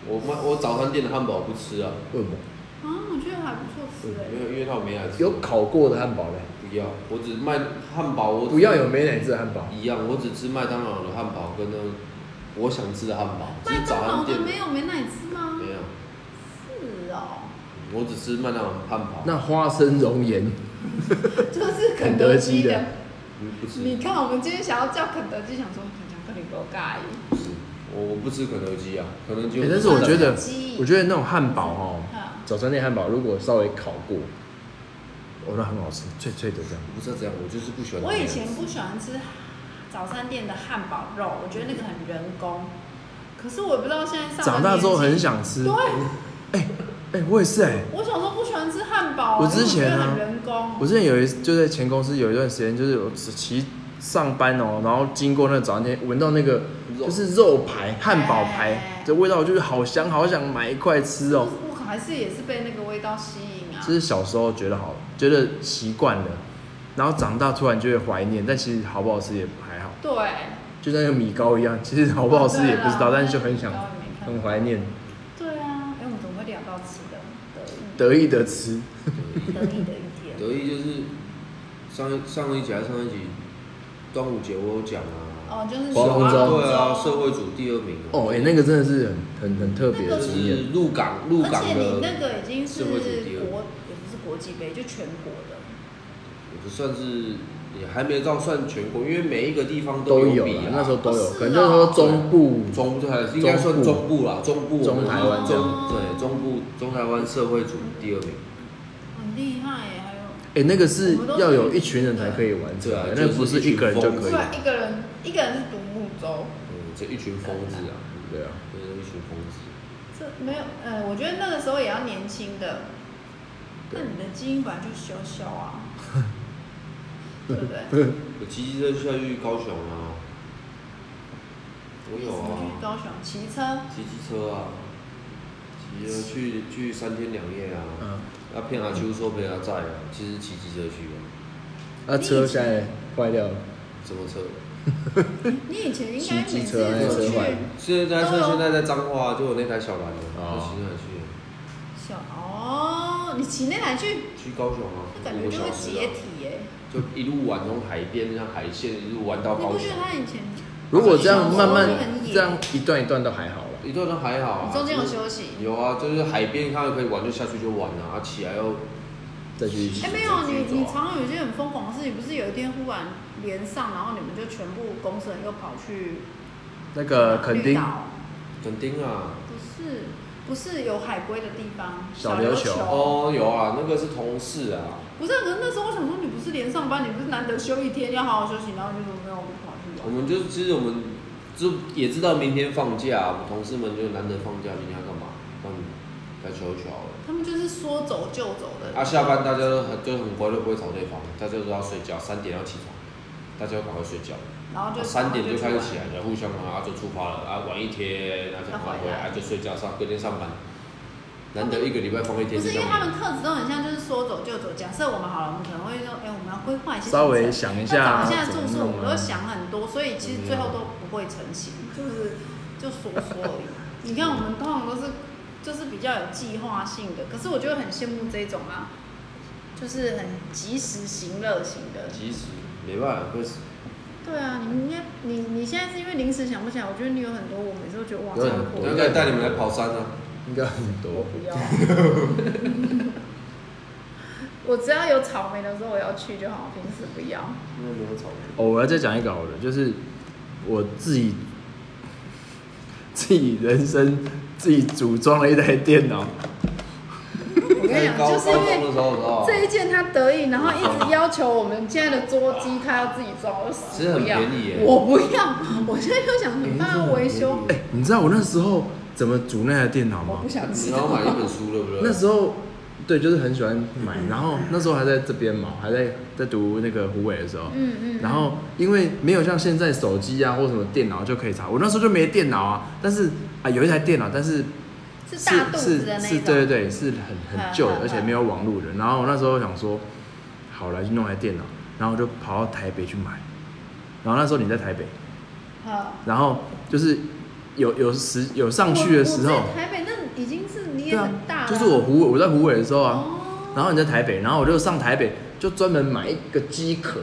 [SPEAKER 4] 我妈我早餐店的汉堡不吃啊，
[SPEAKER 3] 为什么
[SPEAKER 2] 啊，我觉得还不错吃哎、
[SPEAKER 4] 没有，因为他们没来吃。
[SPEAKER 3] 有烤过的汉堡嘞？
[SPEAKER 4] 不要，我只卖汉堡，我只
[SPEAKER 3] 不要有美乃滋汉堡，
[SPEAKER 4] 一样，我只吃麦当劳的汉堡跟那个我想吃的汉堡，只
[SPEAKER 2] 麦
[SPEAKER 4] 是早
[SPEAKER 2] 当劳
[SPEAKER 4] 餐
[SPEAKER 2] 的
[SPEAKER 4] 店
[SPEAKER 2] 没有啊美乃滋吗？
[SPEAKER 4] 没有，
[SPEAKER 2] 是哦， <laughs>
[SPEAKER 4] 我只吃麦当劳汉堡。
[SPEAKER 3] 那花生熔岩，
[SPEAKER 2] 就是肯
[SPEAKER 3] 肯
[SPEAKER 2] 德
[SPEAKER 3] 德基
[SPEAKER 2] 基
[SPEAKER 3] 的
[SPEAKER 2] 的。
[SPEAKER 4] 你不吃？
[SPEAKER 2] 你看，我们今天想要叫肯德基，想说想跟你狗尬一。
[SPEAKER 4] 不吃我我不吃肯德基啊，肯德基我
[SPEAKER 3] 哎但是
[SPEAKER 4] 不
[SPEAKER 3] 我觉得
[SPEAKER 2] 肯德基，
[SPEAKER 3] 我觉得那种汉堡哦，
[SPEAKER 2] 啊
[SPEAKER 3] 早餐店汉堡如果稍微烤过，哦，那很好吃，脆脆的这样。
[SPEAKER 4] 我不知道怎样，我就是不喜欢那
[SPEAKER 2] 我
[SPEAKER 4] 样。
[SPEAKER 2] 以前不喜欢吃早餐店的汉堡肉，我觉得那个很人工。可是我也不知道现在上了
[SPEAKER 3] 长大之后
[SPEAKER 2] 年
[SPEAKER 3] 很想
[SPEAKER 2] 纪
[SPEAKER 3] 吃，
[SPEAKER 2] 对，哦
[SPEAKER 3] 哎、我也是哎、
[SPEAKER 2] 我小时候不喜欢吃汉堡，
[SPEAKER 3] 我之前啊
[SPEAKER 2] 因为我觉得很人工。
[SPEAKER 3] 我之前有一就在前公司有一段时间，就是我骑上班哦，然后经过那个早餐店，闻到那个
[SPEAKER 4] 肉
[SPEAKER 3] 就是肉排、汉堡
[SPEAKER 2] 哎
[SPEAKER 3] 排的味道，我就是好香，好想买一块吃哦。
[SPEAKER 2] 我还是也是被那个味道吸引啊。
[SPEAKER 3] 就是小时候觉得好，觉得习惯了，然后长大突然就会怀念，但其实好不好吃也还好，
[SPEAKER 2] 对，
[SPEAKER 3] 就像那个米糕一样，其实好不好吃也不知道，
[SPEAKER 2] 对啊啊
[SPEAKER 3] 但是就很想
[SPEAKER 2] 米糕也没看到
[SPEAKER 3] 很怀念，
[SPEAKER 2] 对啊，哎、我们怎么会聊到吃的？得
[SPEAKER 3] 得意的吃。
[SPEAKER 2] 意得意的一天。
[SPEAKER 4] 得意就是上一上一集还是上一集端午节我有讲啊，
[SPEAKER 2] 哦，就是
[SPEAKER 3] 划龙舟
[SPEAKER 4] 对啊，社会组第二名啊
[SPEAKER 3] 哦，哎、那个真的是很很很特别的
[SPEAKER 2] 那个
[SPEAKER 4] 就
[SPEAKER 3] 经
[SPEAKER 4] 是
[SPEAKER 3] 验，
[SPEAKER 4] 入
[SPEAKER 3] 哦
[SPEAKER 4] 港入
[SPEAKER 2] 而
[SPEAKER 4] 港
[SPEAKER 2] 且你那
[SPEAKER 4] 的，
[SPEAKER 2] 个已经是
[SPEAKER 4] 社会主义了
[SPEAKER 2] 国，也不是国际杯，就全国的。
[SPEAKER 4] 我就算是也还没到算全国，因为每一个地方
[SPEAKER 3] 都
[SPEAKER 4] 有
[SPEAKER 3] 有
[SPEAKER 4] 比啊
[SPEAKER 3] 了，，那时候都有，
[SPEAKER 2] 哦是哦
[SPEAKER 3] 可能就是说中部
[SPEAKER 4] 中部还是应该算中部啦，中部我们
[SPEAKER 3] 中台湾哦
[SPEAKER 4] 中
[SPEAKER 3] 这
[SPEAKER 2] 样
[SPEAKER 4] 对中部中台湾社会组第二名，啊
[SPEAKER 2] 很厉害耶，还有
[SPEAKER 3] 哎、那个是要有一群人才可以完成的，
[SPEAKER 4] 对
[SPEAKER 3] 那不是一个人就可
[SPEAKER 2] 不
[SPEAKER 3] 以。啊
[SPEAKER 2] 然一个人一个人是独木舟，
[SPEAKER 4] 嗯，这一群疯子啊，
[SPEAKER 3] 对啊，
[SPEAKER 4] 对，一群疯子，
[SPEAKER 2] 这没有，呃，我觉得那个时候也要年轻的，那你的基因本来就小小啊，对不对？
[SPEAKER 4] 我骑机车下去高雄啊，我有
[SPEAKER 2] 什么去
[SPEAKER 4] 啊，
[SPEAKER 2] 高雄骑车，
[SPEAKER 4] 骑机车啊，骑车去去三天两夜啊，
[SPEAKER 3] 嗯，
[SPEAKER 4] 那骗阿秋说没他在啊，其实骑机车去啊，
[SPEAKER 3] 那车现在坏掉了，
[SPEAKER 4] 什么车？
[SPEAKER 2] 你以前应该
[SPEAKER 3] 骑机
[SPEAKER 2] 每次
[SPEAKER 3] 车
[SPEAKER 2] 有
[SPEAKER 3] 那
[SPEAKER 2] 去
[SPEAKER 3] 车坏了
[SPEAKER 4] 现在
[SPEAKER 2] 哦
[SPEAKER 4] 车现在在彰化，就有那台小蓝的，
[SPEAKER 3] 哦
[SPEAKER 4] 那骑哪去？啊
[SPEAKER 2] 小哦，你骑那台去，
[SPEAKER 4] 去高雄啊
[SPEAKER 2] 那，感
[SPEAKER 4] 五
[SPEAKER 2] 觉
[SPEAKER 4] 个
[SPEAKER 2] 就
[SPEAKER 4] 小
[SPEAKER 2] 会
[SPEAKER 4] 时
[SPEAKER 2] 解
[SPEAKER 4] 啊。
[SPEAKER 2] 体耶。
[SPEAKER 4] 就一路玩从海边，像海线一路玩到
[SPEAKER 2] 你
[SPEAKER 4] 高
[SPEAKER 2] 不
[SPEAKER 4] 雄
[SPEAKER 2] 觉得。他以前
[SPEAKER 3] 如果这样慢慢
[SPEAKER 2] 小时候很野
[SPEAKER 3] 这样一段一段都还好了。
[SPEAKER 4] 一段都还好啊
[SPEAKER 2] 你，中间有休息？
[SPEAKER 4] 有啊，就是海边看到可以玩就下去就玩啊，啊起来又
[SPEAKER 3] 再去
[SPEAKER 2] 哎、没有，你你常常有一些很疯狂的事情，不是有一天忽然连上，然后你们就全部公司人又跑去
[SPEAKER 3] 那
[SPEAKER 4] 呃
[SPEAKER 3] 个垦
[SPEAKER 2] 绿
[SPEAKER 3] 丁
[SPEAKER 2] 岛
[SPEAKER 4] 垦丁啊，
[SPEAKER 2] 不是不是有海龟的地方，
[SPEAKER 3] 小
[SPEAKER 2] 琉
[SPEAKER 3] 琉球
[SPEAKER 4] 哦有啊，那个是同事啊，
[SPEAKER 2] 不是啊，可是那时候我想说，你不是连上班，你不是难得休一天，要好好休息，然后你就没有跑去
[SPEAKER 4] 我
[SPEAKER 2] 玩。
[SPEAKER 4] 们就其实我们就也知道明天放假，啊我们同事们就难得放假，明天要干嘛？那我们来球啊球好了。
[SPEAKER 2] 他们就是说走就走的。
[SPEAKER 4] 啊，下班大家都很就很乖，都不会吵对方，大家都要睡觉，三点要起床，大家要赶快睡觉。
[SPEAKER 2] 然哦后就
[SPEAKER 4] 啊三点就开始起
[SPEAKER 2] 来。
[SPEAKER 4] 来了，互相啊就出发了啊，玩一天，然后再回来啊就睡觉上，隔天上班，难得一个礼拜放一天
[SPEAKER 2] 不
[SPEAKER 4] 就是这
[SPEAKER 2] 因为他
[SPEAKER 4] 样。
[SPEAKER 2] 们特质都很像，就是说走就走。假设我们好了，我们可能会说，哎、我们要规划一些
[SPEAKER 3] 稍微
[SPEAKER 2] 行程
[SPEAKER 3] 想一下
[SPEAKER 2] 要找一下
[SPEAKER 3] 怎
[SPEAKER 2] 住
[SPEAKER 3] 么
[SPEAKER 2] 宿，我
[SPEAKER 3] 弄
[SPEAKER 2] 们都
[SPEAKER 3] 啊。
[SPEAKER 2] 想很多，所以其实最后都不会成型，就是就说说而已。你看我们通常都是就是比较有计划性的，可是我就很羡慕这种啊，就是很及时行乐型的。
[SPEAKER 4] 即使没办法，就是
[SPEAKER 2] 对啊，你应该你你现在是因为临时想不起来，我觉得你有很多，我每次都觉得哇，
[SPEAKER 3] 有很
[SPEAKER 2] 超
[SPEAKER 3] 多
[SPEAKER 2] 过
[SPEAKER 4] 我应该带你们来跑山啊，
[SPEAKER 3] 应该很多
[SPEAKER 2] 我。不要。啊 <laughs> 我只要有草莓的时候我要去就好，平时不要。
[SPEAKER 4] 因为没有吵。
[SPEAKER 3] 哦，我要再讲一个好了，就是我自己自己人生自己组装了一台电脑， <laughs>
[SPEAKER 2] 我跟你讲，
[SPEAKER 4] 高
[SPEAKER 2] 就是因
[SPEAKER 4] 高中
[SPEAKER 2] 为
[SPEAKER 4] 的时候，你知道吗
[SPEAKER 2] 这一件他得意，然后一直要求我们现在的桌机他要自己装，我
[SPEAKER 4] 其
[SPEAKER 2] 死
[SPEAKER 4] 实很
[SPEAKER 2] 不要，
[SPEAKER 4] 便宜耶
[SPEAKER 2] 我不要， <laughs> 我现在就想
[SPEAKER 4] 哎
[SPEAKER 2] 你帮他维修，
[SPEAKER 3] 哎、你知道我那时候怎么组那台电脑
[SPEAKER 2] 我
[SPEAKER 3] 吗
[SPEAKER 2] 不？想
[SPEAKER 4] 你
[SPEAKER 2] 知
[SPEAKER 4] 然
[SPEAKER 2] 道
[SPEAKER 4] 后。买一本书对不对？
[SPEAKER 3] 那时候，对，就是很喜欢买，然后那时候还在这边嘛，还在在读那个湖北的时候，
[SPEAKER 2] 嗯嗯，
[SPEAKER 3] 然后因为没有像现在手机啊或什么电脑就可以查，我那时候就没电脑啊，但是啊有一台电脑，但是
[SPEAKER 2] 是大肚子的那
[SPEAKER 3] 是
[SPEAKER 2] 一
[SPEAKER 3] 是，对对
[SPEAKER 2] 种，
[SPEAKER 3] 对，是很很旧的
[SPEAKER 2] 嗯嗯，嗯
[SPEAKER 3] 而且没有网络的。然后我那时候想说，好来去弄台电脑，然后我就跑到台北去买。然后那时候你在台北，
[SPEAKER 2] 好，
[SPEAKER 3] 然后就是有有时有上去的时
[SPEAKER 2] 我
[SPEAKER 3] 候
[SPEAKER 2] 我，在台北那已经是你
[SPEAKER 3] 对
[SPEAKER 2] 也
[SPEAKER 3] 啊
[SPEAKER 2] 很大，了，
[SPEAKER 3] 就是我湖尾我在湖尾的时候啊，
[SPEAKER 2] 哦，
[SPEAKER 3] 然后你在台北，然后我就上台北就专门买一个机壳，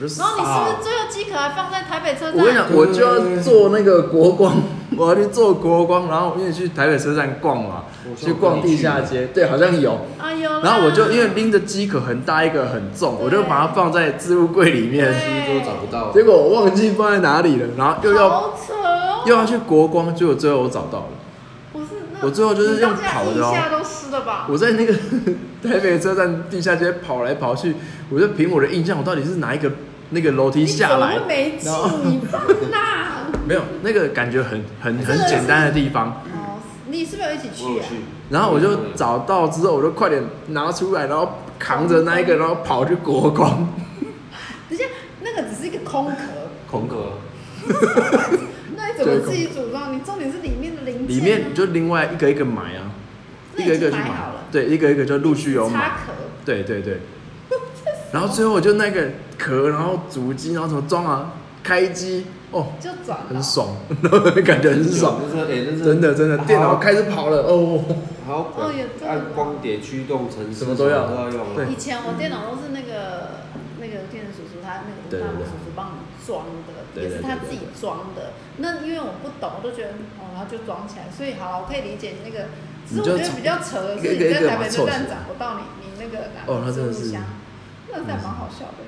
[SPEAKER 3] 我就
[SPEAKER 2] 然后你是不是最后机壳还放在台北车站？
[SPEAKER 3] 我跟你讲，
[SPEAKER 4] 对
[SPEAKER 3] 我就要做那个国光， <laughs> 我要去做国光，然后因为去台北车站逛嘛
[SPEAKER 4] 我，说
[SPEAKER 3] 去逛地下街，对，好像有。
[SPEAKER 2] 啊有啦，
[SPEAKER 3] 然后我就因为拎着机壳很大一个很重，
[SPEAKER 2] 对
[SPEAKER 3] 我就把它放在置物柜里面，
[SPEAKER 4] 其实都找不到。
[SPEAKER 3] 结果我忘记放在哪里了，然后又要
[SPEAKER 2] 好扯哦，
[SPEAKER 3] 又要去国光，结果最后我找到了，
[SPEAKER 2] 我是那
[SPEAKER 3] 我最后就是用跑的哦
[SPEAKER 2] 你到现在腋下都湿了吧？
[SPEAKER 3] 我在那个 <laughs> 台北车站地下街跑来跑去，我就凭我的印象，我到底是哪一个那个楼梯
[SPEAKER 2] 你
[SPEAKER 3] 下来
[SPEAKER 2] 怎么，没劲
[SPEAKER 3] 然后，
[SPEAKER 2] 你放那。 <laughs>
[SPEAKER 3] 没有那个感觉很很
[SPEAKER 2] 真
[SPEAKER 3] 很
[SPEAKER 2] 的是
[SPEAKER 3] 简单的地方，
[SPEAKER 2] 哦，你是不是有一起
[SPEAKER 4] 我
[SPEAKER 2] 去
[SPEAKER 4] 有
[SPEAKER 2] 啊？
[SPEAKER 4] 去，
[SPEAKER 3] 然后我就找到之后，我就快点拿出来，然后扛着那一个，然后跑去国光。
[SPEAKER 2] 等一下，那个只是一个空壳，
[SPEAKER 4] 空格，
[SPEAKER 2] 那你怎么自己组装？你重点是里面的零件啊、
[SPEAKER 3] 里面就另外一个一个买啊，
[SPEAKER 2] 那
[SPEAKER 3] 一
[SPEAKER 2] 已经
[SPEAKER 3] 个一个去
[SPEAKER 2] 买
[SPEAKER 3] 买
[SPEAKER 2] 好了，
[SPEAKER 3] 对，一个一个就陆续有买，
[SPEAKER 2] 插壳，
[SPEAKER 3] 对对对。然后最后我就那个壳，然后主机，然后怎么装啊，开机，哦，
[SPEAKER 2] 就转了。
[SPEAKER 3] 很爽， <laughs> 感觉很爽，
[SPEAKER 4] 那是哎，那是
[SPEAKER 3] 真的真的，电脑
[SPEAKER 4] 好
[SPEAKER 3] 开始跑了哦，
[SPEAKER 4] 还有
[SPEAKER 2] 哦也对
[SPEAKER 4] 呃按光碟驱动程式，
[SPEAKER 3] 什么都要
[SPEAKER 4] 都要用啊。
[SPEAKER 3] 对
[SPEAKER 2] 以前我电脑都是那个那个电子叔叔，他那个
[SPEAKER 3] 对对
[SPEAKER 2] 大
[SPEAKER 3] 对
[SPEAKER 2] 陆叔叔帮我们装的，
[SPEAKER 3] 对对
[SPEAKER 2] 也是他自己装的。那因为我不懂，我都觉得哦，然后就装起来。所以好，我可以理解你那个。只是
[SPEAKER 3] 你就
[SPEAKER 2] 我觉得比较扯的
[SPEAKER 3] 一
[SPEAKER 2] 是，
[SPEAKER 3] 个一
[SPEAKER 2] 你
[SPEAKER 3] 个
[SPEAKER 2] 在台
[SPEAKER 3] 把
[SPEAKER 2] 北
[SPEAKER 3] 它
[SPEAKER 2] 车
[SPEAKER 3] 凑起来
[SPEAKER 2] 站找不到你你那个拿
[SPEAKER 3] 哦那真的
[SPEAKER 2] 置物
[SPEAKER 3] 是
[SPEAKER 2] 箱那真的还蛮好笑的。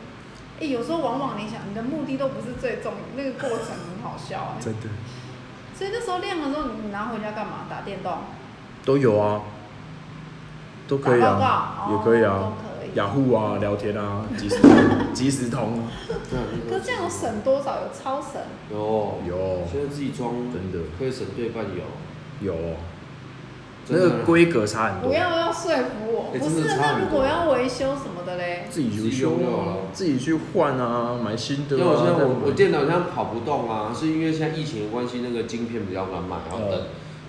[SPEAKER 2] 哎、有时候往往你想你的目的都不是最重，那个过程很好笑哎、
[SPEAKER 3] 真的
[SPEAKER 2] 所以那时候亮的时候，你拿回家干嘛？打电动？
[SPEAKER 3] 都有啊，都可以
[SPEAKER 2] 打
[SPEAKER 3] 啊
[SPEAKER 2] 报，告
[SPEAKER 3] 也可以啊
[SPEAKER 2] 哦都可，以
[SPEAKER 3] 雅虎啊，聊天啊，即
[SPEAKER 2] <laughs>
[SPEAKER 3] 时即时通啊，
[SPEAKER 4] 对
[SPEAKER 2] 可是这样有省多少？有超省？
[SPEAKER 4] 有
[SPEAKER 3] 有
[SPEAKER 4] 现在自己装
[SPEAKER 3] 真的
[SPEAKER 4] 可以省对半油，
[SPEAKER 3] 有哦，那
[SPEAKER 4] 真的
[SPEAKER 3] 个规格差很
[SPEAKER 2] 不
[SPEAKER 3] 多，
[SPEAKER 2] 要要说服我，
[SPEAKER 4] 哎
[SPEAKER 2] 不
[SPEAKER 4] 真
[SPEAKER 2] 是
[SPEAKER 4] 的差
[SPEAKER 2] 那
[SPEAKER 4] 很
[SPEAKER 2] 如
[SPEAKER 4] 多
[SPEAKER 2] 果要维修什么的嘞？
[SPEAKER 3] 自己
[SPEAKER 4] 自
[SPEAKER 3] 去
[SPEAKER 4] 己用
[SPEAKER 3] 修
[SPEAKER 4] 就好
[SPEAKER 3] 啊
[SPEAKER 4] 了，
[SPEAKER 3] 自己去换啊，买新的
[SPEAKER 4] 因为
[SPEAKER 3] 啊。
[SPEAKER 4] 我现在
[SPEAKER 3] 再
[SPEAKER 4] 我
[SPEAKER 3] 买
[SPEAKER 4] 我电脑现在跑不动啊，是因为现在疫情的关系，那个晶片比较难买，然后
[SPEAKER 3] 哦
[SPEAKER 4] 等。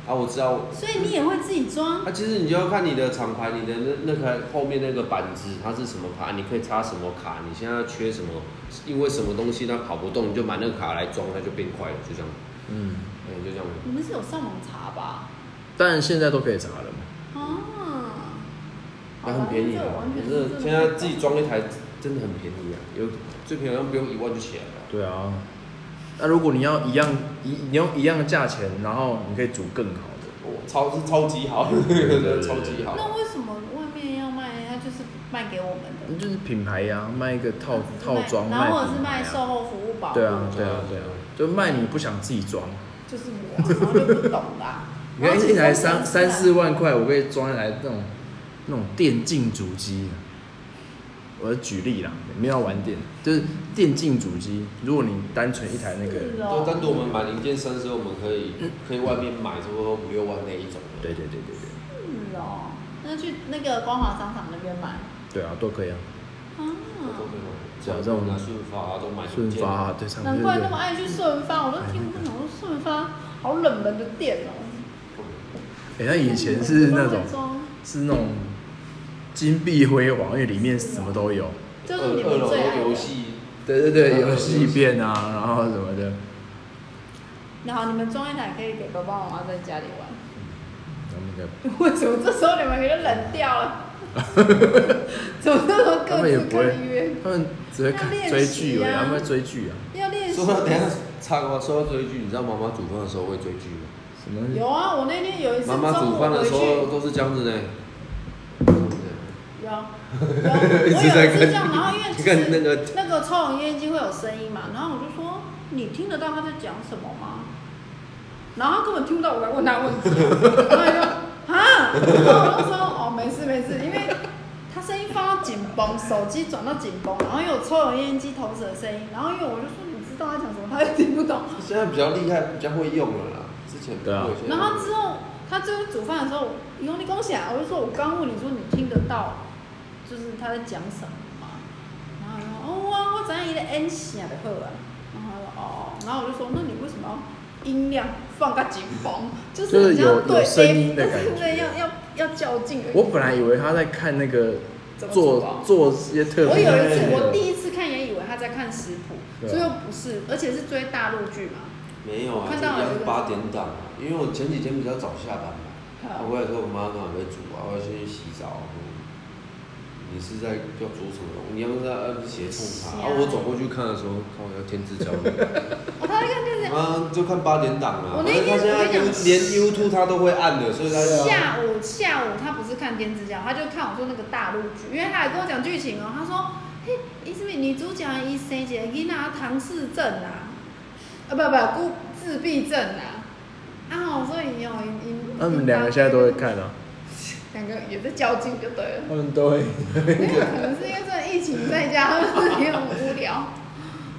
[SPEAKER 4] 啊，我知道。
[SPEAKER 2] 所以你也会自己装？
[SPEAKER 4] 啊，其实你就要看你的厂牌，你的那那个后面那个板子它是什么牌，你可以插什么卡，你现在缺什么，因为什么东西它跑不动，你就买那个卡来装，它就变快了，就这样，
[SPEAKER 3] 嗯，
[SPEAKER 4] 哎、就这样。
[SPEAKER 2] 你们是有上网查吧？
[SPEAKER 3] 当然现在都可以查了嘛，
[SPEAKER 2] 啊，
[SPEAKER 4] 那很便宜
[SPEAKER 2] 好吧
[SPEAKER 4] 啊，
[SPEAKER 2] 那
[SPEAKER 4] 反
[SPEAKER 2] 这我完
[SPEAKER 4] 正
[SPEAKER 2] 全
[SPEAKER 4] 现在自己装一台真的很便宜啊，有最便宜好像不用一万就起来了。
[SPEAKER 3] 对啊。那如果你要一样一你用一样的价钱，然后你可以组更好的，
[SPEAKER 4] 我哦超是超级好， <laughs>
[SPEAKER 3] 对对
[SPEAKER 4] 超级好。
[SPEAKER 2] 那为什么外面要卖？它就是卖给我们的
[SPEAKER 3] 就是品牌呀、卖一个套
[SPEAKER 2] 是
[SPEAKER 3] 套
[SPEAKER 2] 卖
[SPEAKER 3] 装，
[SPEAKER 2] 然后或者是
[SPEAKER 3] 品牌
[SPEAKER 2] 卖
[SPEAKER 3] 啊
[SPEAKER 2] 售后服务保护，
[SPEAKER 3] 对啊，对啊，对啊，就卖你不想自己装。
[SPEAKER 2] 就是我，然后就不懂啦。
[SPEAKER 3] <laughs> 你看一台三三四
[SPEAKER 2] 万，
[SPEAKER 3] 万块，我可以装一台那种那种电竞主机。我举例啦，没有要玩电，就是电竞主机。如果你单纯一台那个，
[SPEAKER 2] 是
[SPEAKER 4] 就
[SPEAKER 2] 哦
[SPEAKER 4] 单独我们买零件三的时候，我们可以可以外面买差不多五六万那一种的。
[SPEAKER 3] 对对对对对，
[SPEAKER 2] 是哦，那去那个光华商场那边买
[SPEAKER 3] 对啊，都可以啊。
[SPEAKER 4] 都可
[SPEAKER 2] 啊。
[SPEAKER 4] 以买，
[SPEAKER 3] 对啊
[SPEAKER 4] 这种拿顺发啊都买
[SPEAKER 3] 顺
[SPEAKER 4] 零件
[SPEAKER 3] 发啊，对上
[SPEAKER 2] 难
[SPEAKER 3] 面
[SPEAKER 2] 怪那么爱
[SPEAKER 3] 嗯
[SPEAKER 2] 去顺发，我都听不懂。我说顺发好冷门的店哦、
[SPEAKER 3] 哎，他以前是那种
[SPEAKER 2] 我都会装
[SPEAKER 3] 是那种金碧辉煌，因为里面什么都有。
[SPEAKER 2] 就是
[SPEAKER 4] 二
[SPEAKER 2] 你
[SPEAKER 4] 二
[SPEAKER 2] 们
[SPEAKER 4] 楼
[SPEAKER 2] 最爱
[SPEAKER 4] 的游
[SPEAKER 2] 的。
[SPEAKER 4] 戏，
[SPEAKER 2] <laughs>
[SPEAKER 3] 对对对，游戏片啊，然后什么的，
[SPEAKER 2] 然后你们装一台可以给爸爸妈妈在家里玩。
[SPEAKER 3] 他们应该
[SPEAKER 2] 为什么这时候你们给就冷
[SPEAKER 3] <laughs>
[SPEAKER 2] 掉了？怎么那么
[SPEAKER 3] 他
[SPEAKER 2] 各
[SPEAKER 3] 们也
[SPEAKER 2] 自
[SPEAKER 3] 不
[SPEAKER 2] 各
[SPEAKER 3] 会
[SPEAKER 2] 自约？，
[SPEAKER 3] 他们只会看
[SPEAKER 2] 要练习啊
[SPEAKER 3] 追剧而已，他们会追剧啊。
[SPEAKER 2] 要练习
[SPEAKER 4] 说。到等一下插个话，说到追剧，你知道妈妈煮饭的时候会追剧吗？
[SPEAKER 3] 什么东西？
[SPEAKER 2] 有啊，我那天有一次
[SPEAKER 4] 妈妈
[SPEAKER 2] 中
[SPEAKER 4] 煮饭
[SPEAKER 2] 午
[SPEAKER 4] 的
[SPEAKER 2] 回
[SPEAKER 4] 时候
[SPEAKER 2] 去。
[SPEAKER 4] 都是这样子呢。
[SPEAKER 3] 嗯
[SPEAKER 4] <laughs>
[SPEAKER 2] 有，有，我有一次这样，然后因为其实
[SPEAKER 4] 你看那个
[SPEAKER 2] 那个抽油烟机会有声音嘛，然后我就说你听得到他在讲什么吗？然后他根本听不到我在问他问题，然后他就啊， <laughs> 然后我就说哦没事没事，因为他声音放到紧绷，手机转到紧绷，然后又有抽油烟机投射的声音，然后因为我就说你知道他讲什么，他就听不懂。
[SPEAKER 4] 现在比较厉害，比较会用了啦。之前不
[SPEAKER 3] 对啊
[SPEAKER 4] 会，现在
[SPEAKER 2] 然后之后他最后煮饭的时候，你用力恭喜啊！我就说我刚问你说你听得到，就是他在讲什么吗？然后他说哦我我怎样一个 N 响的好啊，然后他说哦，然后我就说那你为什么要音量放个紧绷？就是
[SPEAKER 3] 就是
[SPEAKER 2] 你要
[SPEAKER 3] 有
[SPEAKER 2] 对
[SPEAKER 3] 有声音的
[SPEAKER 2] A-
[SPEAKER 3] 感觉
[SPEAKER 2] <laughs> 对，要要要较劲的。
[SPEAKER 3] 我本来以为他在看那个
[SPEAKER 2] 怎么做
[SPEAKER 3] 做
[SPEAKER 2] 啊
[SPEAKER 3] 做一些特别，
[SPEAKER 2] 我有一次我第一次看也以为他在看食谱，
[SPEAKER 3] 对啊
[SPEAKER 2] 最后不是，而且是追大陆剧嘛。
[SPEAKER 4] 没有啊，
[SPEAKER 2] 我看
[SPEAKER 4] 这
[SPEAKER 2] 到了
[SPEAKER 4] 要八点档啊，因为我前几天比较早下班嘛，我回来之后我妈刚好在煮啊，我要先去洗澡。你是在要煮什么？你要不要呃斜冲
[SPEAKER 2] 是
[SPEAKER 4] 茶？
[SPEAKER 2] 啊
[SPEAKER 4] 啊，我走过去看的时候，看我要天
[SPEAKER 2] <laughs>
[SPEAKER 4] 之骄女，
[SPEAKER 2] 我哦他在看电视，
[SPEAKER 4] 啊，就看八点档
[SPEAKER 2] 我
[SPEAKER 4] 啊。反
[SPEAKER 2] 那天
[SPEAKER 4] 正他现
[SPEAKER 2] 我
[SPEAKER 4] 在
[SPEAKER 2] 跟你讲啊
[SPEAKER 4] 连 YouTube 他都会按的，所以他
[SPEAKER 3] 啊
[SPEAKER 4] 就
[SPEAKER 2] 下午下午他不是看电视剧，他就看我说那个大陆剧，因为他还跟我讲剧情哦、他说，嘿，伊什么女主角伊生一个囡仔唐氏症啊，啊不不孤自闭症啊，啊吼，所以哦，因
[SPEAKER 3] 他们两个现在都会，看啊，
[SPEAKER 2] 两个也在较劲就对
[SPEAKER 3] <laughs>
[SPEAKER 2] 了，
[SPEAKER 3] 他们都会
[SPEAKER 2] 没有可能是因为这疫情在家，他们也很无聊，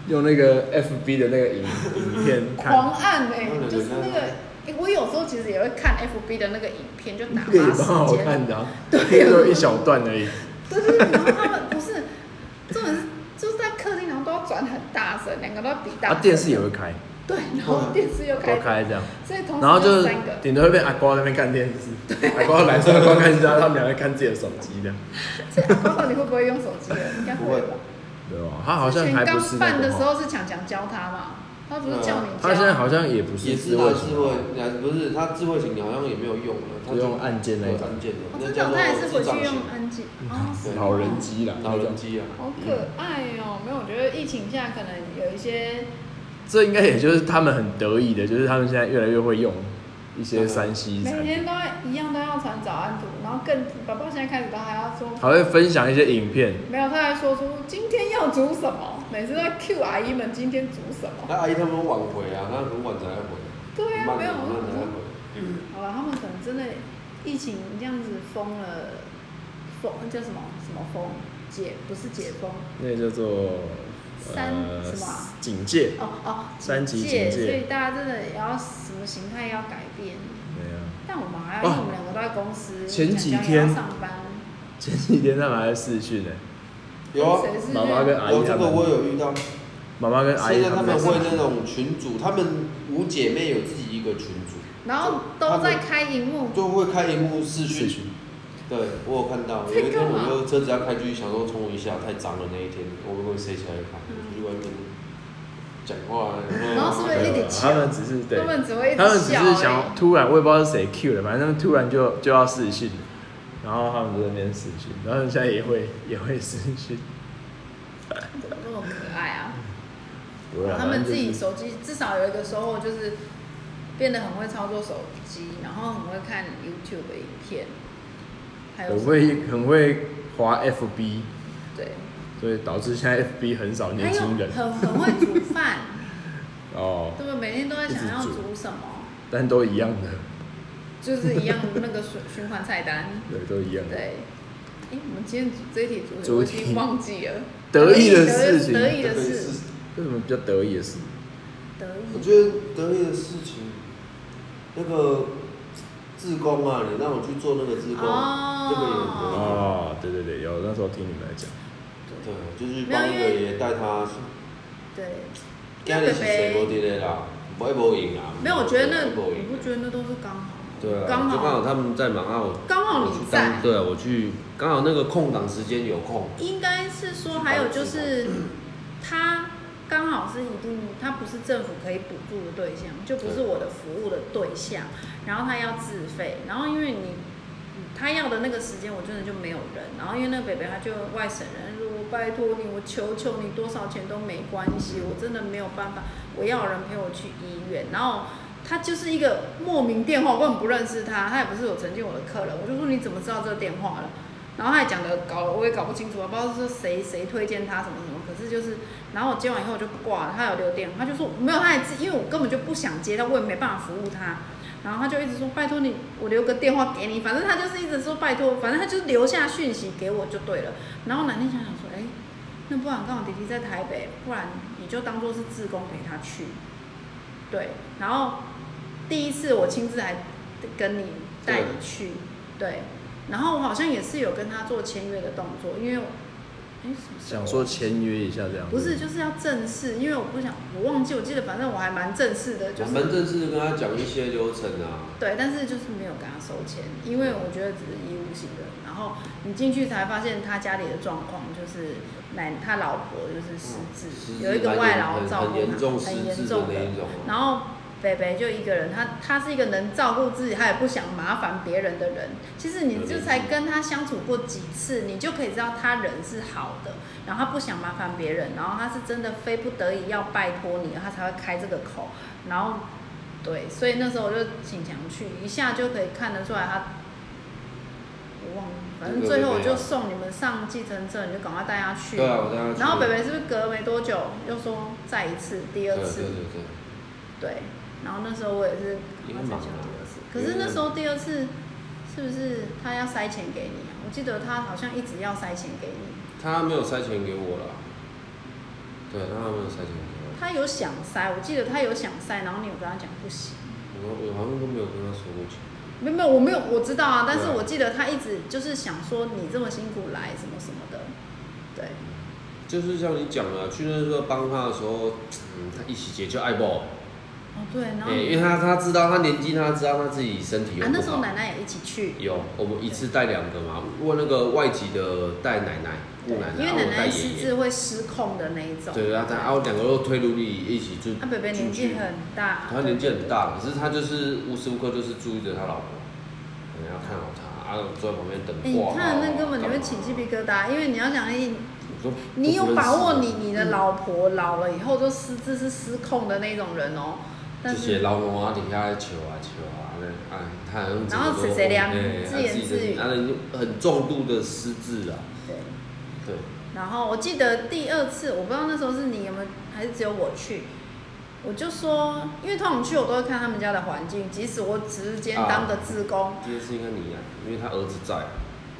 [SPEAKER 3] 用那个 FB 的那个影影片 <laughs> 看
[SPEAKER 2] 狂，按哎、
[SPEAKER 4] 那
[SPEAKER 2] 就是那个。欸我有时候其实也会看 FB 的那个影片，就
[SPEAKER 3] 那
[SPEAKER 2] 打发
[SPEAKER 3] 个也蛮好
[SPEAKER 2] 时间。
[SPEAKER 3] 看的啊，那个都一小段而已。啊
[SPEAKER 2] 对对对，然后他们不是，重点是就是在客厅，然后都要转很大声，两个都要比大
[SPEAKER 3] 啊，
[SPEAKER 2] 声。
[SPEAKER 3] 电视也会开，
[SPEAKER 2] 对，然后电视又开，
[SPEAKER 3] 都开这样，
[SPEAKER 2] 所以同时
[SPEAKER 3] 然后就
[SPEAKER 2] 有
[SPEAKER 3] 是
[SPEAKER 2] 三个，
[SPEAKER 3] 顶多会被阿瓜那边看电视，阿瓜来说阿瓜看一下，他们两个看自己的手机这样，
[SPEAKER 2] 所以阿公到底会不会用手机了？应该
[SPEAKER 4] 不会
[SPEAKER 2] 会吧。
[SPEAKER 3] 对吧？他好像
[SPEAKER 2] 之
[SPEAKER 3] 还
[SPEAKER 2] 前
[SPEAKER 3] 不
[SPEAKER 2] 刚
[SPEAKER 3] 是那
[SPEAKER 2] 办
[SPEAKER 3] 个
[SPEAKER 2] 的时
[SPEAKER 3] 哈，啊
[SPEAKER 2] 候是强强教他嘛，他不是叫你教，
[SPEAKER 3] 他现在好像也不
[SPEAKER 4] 也
[SPEAKER 3] 是
[SPEAKER 4] 是
[SPEAKER 3] 智
[SPEAKER 4] 他
[SPEAKER 3] 慧
[SPEAKER 4] 的
[SPEAKER 3] 型
[SPEAKER 4] 智
[SPEAKER 3] 的
[SPEAKER 4] 慧，哎不是他智慧型的，好像也没有用了，他
[SPEAKER 3] 就用按键那
[SPEAKER 4] 对
[SPEAKER 3] 一种
[SPEAKER 4] 按键的，
[SPEAKER 2] 哦
[SPEAKER 4] 那
[SPEAKER 2] 真
[SPEAKER 4] 叫
[SPEAKER 2] 的，
[SPEAKER 4] 做
[SPEAKER 2] 他也是回
[SPEAKER 4] 智障
[SPEAKER 2] 去用
[SPEAKER 4] 型
[SPEAKER 2] 安静哦，是哦
[SPEAKER 3] 老嗯人机啦，
[SPEAKER 4] 老人机啊。
[SPEAKER 2] 好可爱哦。没有，我觉得疫情下可能有一些
[SPEAKER 3] 这应该也就是他们很得意的，就是他们现在越来越会用一些山西产
[SPEAKER 2] 每
[SPEAKER 3] 品，
[SPEAKER 2] 天都要一样都要传早安图，然后更宝宝现在开始都还要说
[SPEAKER 3] 还会分享一些影片，
[SPEAKER 2] 没有，他还说出今天要煮什么，每次都在 Q 阿姨们今天煮什么。
[SPEAKER 4] 那阿姨他们晚回啊，那很晚才回，
[SPEAKER 2] 对啊，
[SPEAKER 4] 慢
[SPEAKER 2] 没
[SPEAKER 4] 点
[SPEAKER 2] 有，
[SPEAKER 4] 慢
[SPEAKER 2] 我
[SPEAKER 4] 点
[SPEAKER 2] 就
[SPEAKER 4] 才
[SPEAKER 2] 想
[SPEAKER 4] 回
[SPEAKER 2] 说。好了，他们可能真的疫情这样子封了，封那叫什么什么封解不是解封
[SPEAKER 3] 那叫做
[SPEAKER 2] 三
[SPEAKER 3] 呃
[SPEAKER 2] 什么啊
[SPEAKER 3] 警戒，
[SPEAKER 2] 哦哦
[SPEAKER 3] 三级警戒
[SPEAKER 2] 所以大家真的也要什么形态要改变。
[SPEAKER 3] 对啊。
[SPEAKER 2] 但我们还要，
[SPEAKER 3] 哦
[SPEAKER 2] 因为我们两个都在公司，
[SPEAKER 3] 前几
[SPEAKER 2] 想想
[SPEAKER 3] 天
[SPEAKER 2] 也要上班，
[SPEAKER 3] 前几天他们还在视讯呢，
[SPEAKER 4] 有啊，
[SPEAKER 2] 谁是
[SPEAKER 3] 妈妈跟阿
[SPEAKER 4] 我
[SPEAKER 3] 姨
[SPEAKER 4] 这
[SPEAKER 3] 他
[SPEAKER 4] 个我
[SPEAKER 3] 们，
[SPEAKER 4] 有遇到，
[SPEAKER 3] 妈妈跟哎阿
[SPEAKER 4] 现
[SPEAKER 3] 姨
[SPEAKER 4] 在他
[SPEAKER 3] 他
[SPEAKER 4] 们
[SPEAKER 3] 们在
[SPEAKER 4] 会那种群组，他们五姐妹有自己一个群组，
[SPEAKER 2] 然后都在开荧幕， <laughs>
[SPEAKER 4] 就会开荧幕视
[SPEAKER 3] 视
[SPEAKER 4] 讯。
[SPEAKER 3] 讯，
[SPEAKER 4] 对，我有看到，有一天我就车子要开出去，想说冲一下，太脏了那一天，我们会塞起来看，去外面讲话。
[SPEAKER 2] 然后是不是
[SPEAKER 3] 对
[SPEAKER 2] 一点
[SPEAKER 3] 啊
[SPEAKER 2] 笑
[SPEAKER 3] 他们只是对
[SPEAKER 2] 他，们只会一直
[SPEAKER 3] 他们只
[SPEAKER 2] 笑而
[SPEAKER 3] 是
[SPEAKER 2] 已
[SPEAKER 3] 想要突然，我也不知道是谁 Q 的，反正他们突然就就要视讯，然后他们就在那边视讯，然后现在也会也会视讯，
[SPEAKER 2] 怎么那么可爱啊？
[SPEAKER 3] 对啊
[SPEAKER 2] 他们自己
[SPEAKER 3] 就是
[SPEAKER 2] 手机至少有一个收获，就是变得很会操作手机，然后很会看 YouTube 的影片，还有
[SPEAKER 3] 很
[SPEAKER 2] 什么
[SPEAKER 3] 会很会滑 FB，
[SPEAKER 2] 对，
[SPEAKER 3] 所以导致现在 FB 很少
[SPEAKER 2] 还
[SPEAKER 3] 年
[SPEAKER 2] 有
[SPEAKER 3] 轻人
[SPEAKER 2] 很很会煮
[SPEAKER 3] <laughs>
[SPEAKER 2] 饭，
[SPEAKER 3] 哦，
[SPEAKER 2] 对吧？每天都在想要
[SPEAKER 3] 一直煮
[SPEAKER 2] 煮什么，
[SPEAKER 3] 但都一样的，
[SPEAKER 2] 就是一样那个循循环菜单，
[SPEAKER 3] 对，都一样的。
[SPEAKER 2] 对。哎，我们今天这一题主题
[SPEAKER 3] 主
[SPEAKER 2] 我已
[SPEAKER 3] 题
[SPEAKER 2] 经忘记了，
[SPEAKER 3] 得意的事情
[SPEAKER 2] 得意的事，
[SPEAKER 3] 有什么比较得意的事？
[SPEAKER 2] 得
[SPEAKER 4] 我
[SPEAKER 2] 意，
[SPEAKER 4] 觉得得意的事情，那个志工啊，你让我去做那个志工，
[SPEAKER 2] 哦
[SPEAKER 4] 这个也得意。
[SPEAKER 3] 哦，对对对，有那时候听你们在讲，
[SPEAKER 4] 对，就是帮那个也带他，
[SPEAKER 2] 对，
[SPEAKER 4] 今日是谁无伫咧啦，无一无赢啦。
[SPEAKER 2] 没有，我觉得那
[SPEAKER 4] 无
[SPEAKER 2] 我
[SPEAKER 4] 赢。
[SPEAKER 2] 不觉得那都是刚好，
[SPEAKER 4] 对啊，
[SPEAKER 2] 刚
[SPEAKER 4] 就刚好
[SPEAKER 2] 好
[SPEAKER 4] 他们在忙啊，我
[SPEAKER 2] 刚好
[SPEAKER 4] 我
[SPEAKER 2] 你
[SPEAKER 4] 去
[SPEAKER 2] 在
[SPEAKER 4] 当，对啊，我去刚好那个空档时间有空，
[SPEAKER 2] 应该是说，还有就是，它刚好是一定，它不是政府可以补助的对象，就不是我的服务的对象，然后它要自费，然后因为你他要的那个时间，我真的就没有人，然后因为那个北北他就外省人，如果拜托你，我求求你，多少钱都没关系，我真的没有办法，我要有人陪我去医院，然后。他就是一个莫名电话，我根本不认识他，他也不是我曾经我的客人，我就说你怎么知道这个电话了？然后他也讲的搞我也搞不清楚，我啊不知道是谁谁推荐他什么什么，可是就是，然后我接完以后我就不挂了，他有留电话，他就说没有，他也自因为我根本就不想接，但我也没办法服务他，然后他就一直说拜托你，我留个电话给你，反正他就是一直说拜托，反正他就是留下讯息给我就对了，然后哪天想想说，哎，那不然刚好弟弟在台北，不然你就当做是志工陪他去，对，然后第一次我亲自还跟你带你去，对，然后我好像也是有跟他做签约的动作，因为我，哎，什么时候
[SPEAKER 3] 想说签约一下这样。
[SPEAKER 2] 不是，就是要正式，因为我不想，我忘记，我记得反正我还蛮正式的，就
[SPEAKER 4] 我们
[SPEAKER 2] 是
[SPEAKER 4] 正式地跟他讲一些流程啊，
[SPEAKER 2] 对，但是就是没有跟他收钱，因为我觉得只是义务性的。然后你进去才发现他家里的状况，就是奶他老婆就是失智，
[SPEAKER 4] 哦失智
[SPEAKER 2] 嗯有一个
[SPEAKER 4] 蛮
[SPEAKER 2] 外
[SPEAKER 4] 严
[SPEAKER 2] 劳
[SPEAKER 4] 很
[SPEAKER 2] 照
[SPEAKER 4] 很
[SPEAKER 2] 顾
[SPEAKER 4] 严重
[SPEAKER 2] 他，
[SPEAKER 4] 失
[SPEAKER 2] 很严
[SPEAKER 4] 智的
[SPEAKER 2] 重
[SPEAKER 4] 那
[SPEAKER 2] 的。
[SPEAKER 4] 一种啊。
[SPEAKER 2] 然后北北就一个人，他他是一个能照顾自己，他也不想麻烦别人的人。其实你就才跟他相处过几次，你就可以知道他人是好的，然后他不想麻烦别人，然后他是真的非不得已要拜托你，他才会开这个口。然后对，所以那时候我就请强去，一下就可以看得出来他。我忘了，反正最后我就送你们上计程车，你就赶快带他去。
[SPEAKER 4] 对啊，我当时。
[SPEAKER 2] 然后北北是不是隔没多久又说再一次，第
[SPEAKER 4] 对啊
[SPEAKER 2] 二
[SPEAKER 4] 对
[SPEAKER 2] 次？
[SPEAKER 4] 对对，
[SPEAKER 2] 对，然后那时候我也是
[SPEAKER 4] 因为
[SPEAKER 2] 赶快
[SPEAKER 4] 忙
[SPEAKER 2] 再讲
[SPEAKER 4] 啊
[SPEAKER 2] 第二次，可是那时候第二次是不是他要塞钱给你啊？我记得他好像一直要塞钱给你，
[SPEAKER 4] 他没有塞钱给我啦。对，他没有塞钱给我，
[SPEAKER 2] 他有想塞，我记得他有想塞，然后你有跟他讲不行。
[SPEAKER 4] 我我好像都没有跟他说过钱。
[SPEAKER 2] 没有没有，我没有我知道啊，但是
[SPEAKER 4] 对啊
[SPEAKER 2] 我记得他一直就是想说你这么辛苦来什么什么的，对，
[SPEAKER 4] 就是像你讲的，去那时候帮他的时候，嗯，他一起解救爱宝，
[SPEAKER 2] 哦对，然后
[SPEAKER 4] 哎、因为他他知道他年纪，他知道他自己身体又
[SPEAKER 2] 啊那时候
[SPEAKER 4] 不好。
[SPEAKER 2] 奶奶也一起去，
[SPEAKER 4] 有，我们一次带两个嘛，问那个外籍的带奶奶、
[SPEAKER 2] 对
[SPEAKER 4] 顾奶，
[SPEAKER 2] 因
[SPEAKER 4] 奶，
[SPEAKER 2] 为
[SPEAKER 4] 然
[SPEAKER 2] 奶
[SPEAKER 4] 后我带
[SPEAKER 2] 奶
[SPEAKER 4] 爷
[SPEAKER 2] 失
[SPEAKER 4] 爷
[SPEAKER 2] 智。会失控的那一种，
[SPEAKER 4] 对，然后然后两个又推轮椅一起住。
[SPEAKER 2] 他北北年纪很大，
[SPEAKER 4] 他年纪很大，可是他就是无时无刻就是注意着他老婆，可能要看好他，啊，坐在旁边等
[SPEAKER 2] 哎
[SPEAKER 4] 挂
[SPEAKER 2] 你
[SPEAKER 4] 号啊。
[SPEAKER 2] 看那根本你
[SPEAKER 4] 干
[SPEAKER 2] 会
[SPEAKER 4] 嘛
[SPEAKER 2] 起鸡皮疙瘩，因为你要想，哎
[SPEAKER 4] 我说
[SPEAKER 2] 你有
[SPEAKER 4] 啊
[SPEAKER 2] 把握你
[SPEAKER 4] 我
[SPEAKER 2] 你的老婆老了以后就失智是失控的那种人哦，
[SPEAKER 4] 不
[SPEAKER 2] 但
[SPEAKER 4] 认识就是
[SPEAKER 2] 是
[SPEAKER 4] 老农啊，底下求啊求啊，那哎，他好像
[SPEAKER 2] 然后谁谁凉
[SPEAKER 4] 哎
[SPEAKER 2] 自言自语
[SPEAKER 4] 然后很重度的失智啊，
[SPEAKER 2] 对。
[SPEAKER 4] 对，
[SPEAKER 2] 然后我记得第二次，我不知道那时候是你有没有，还是只有我去。我就说，因为通常去我都会看他们家的环境，即使我只是今天当个志工，
[SPEAKER 4] 今天是应该你啊，因为他儿子在啊，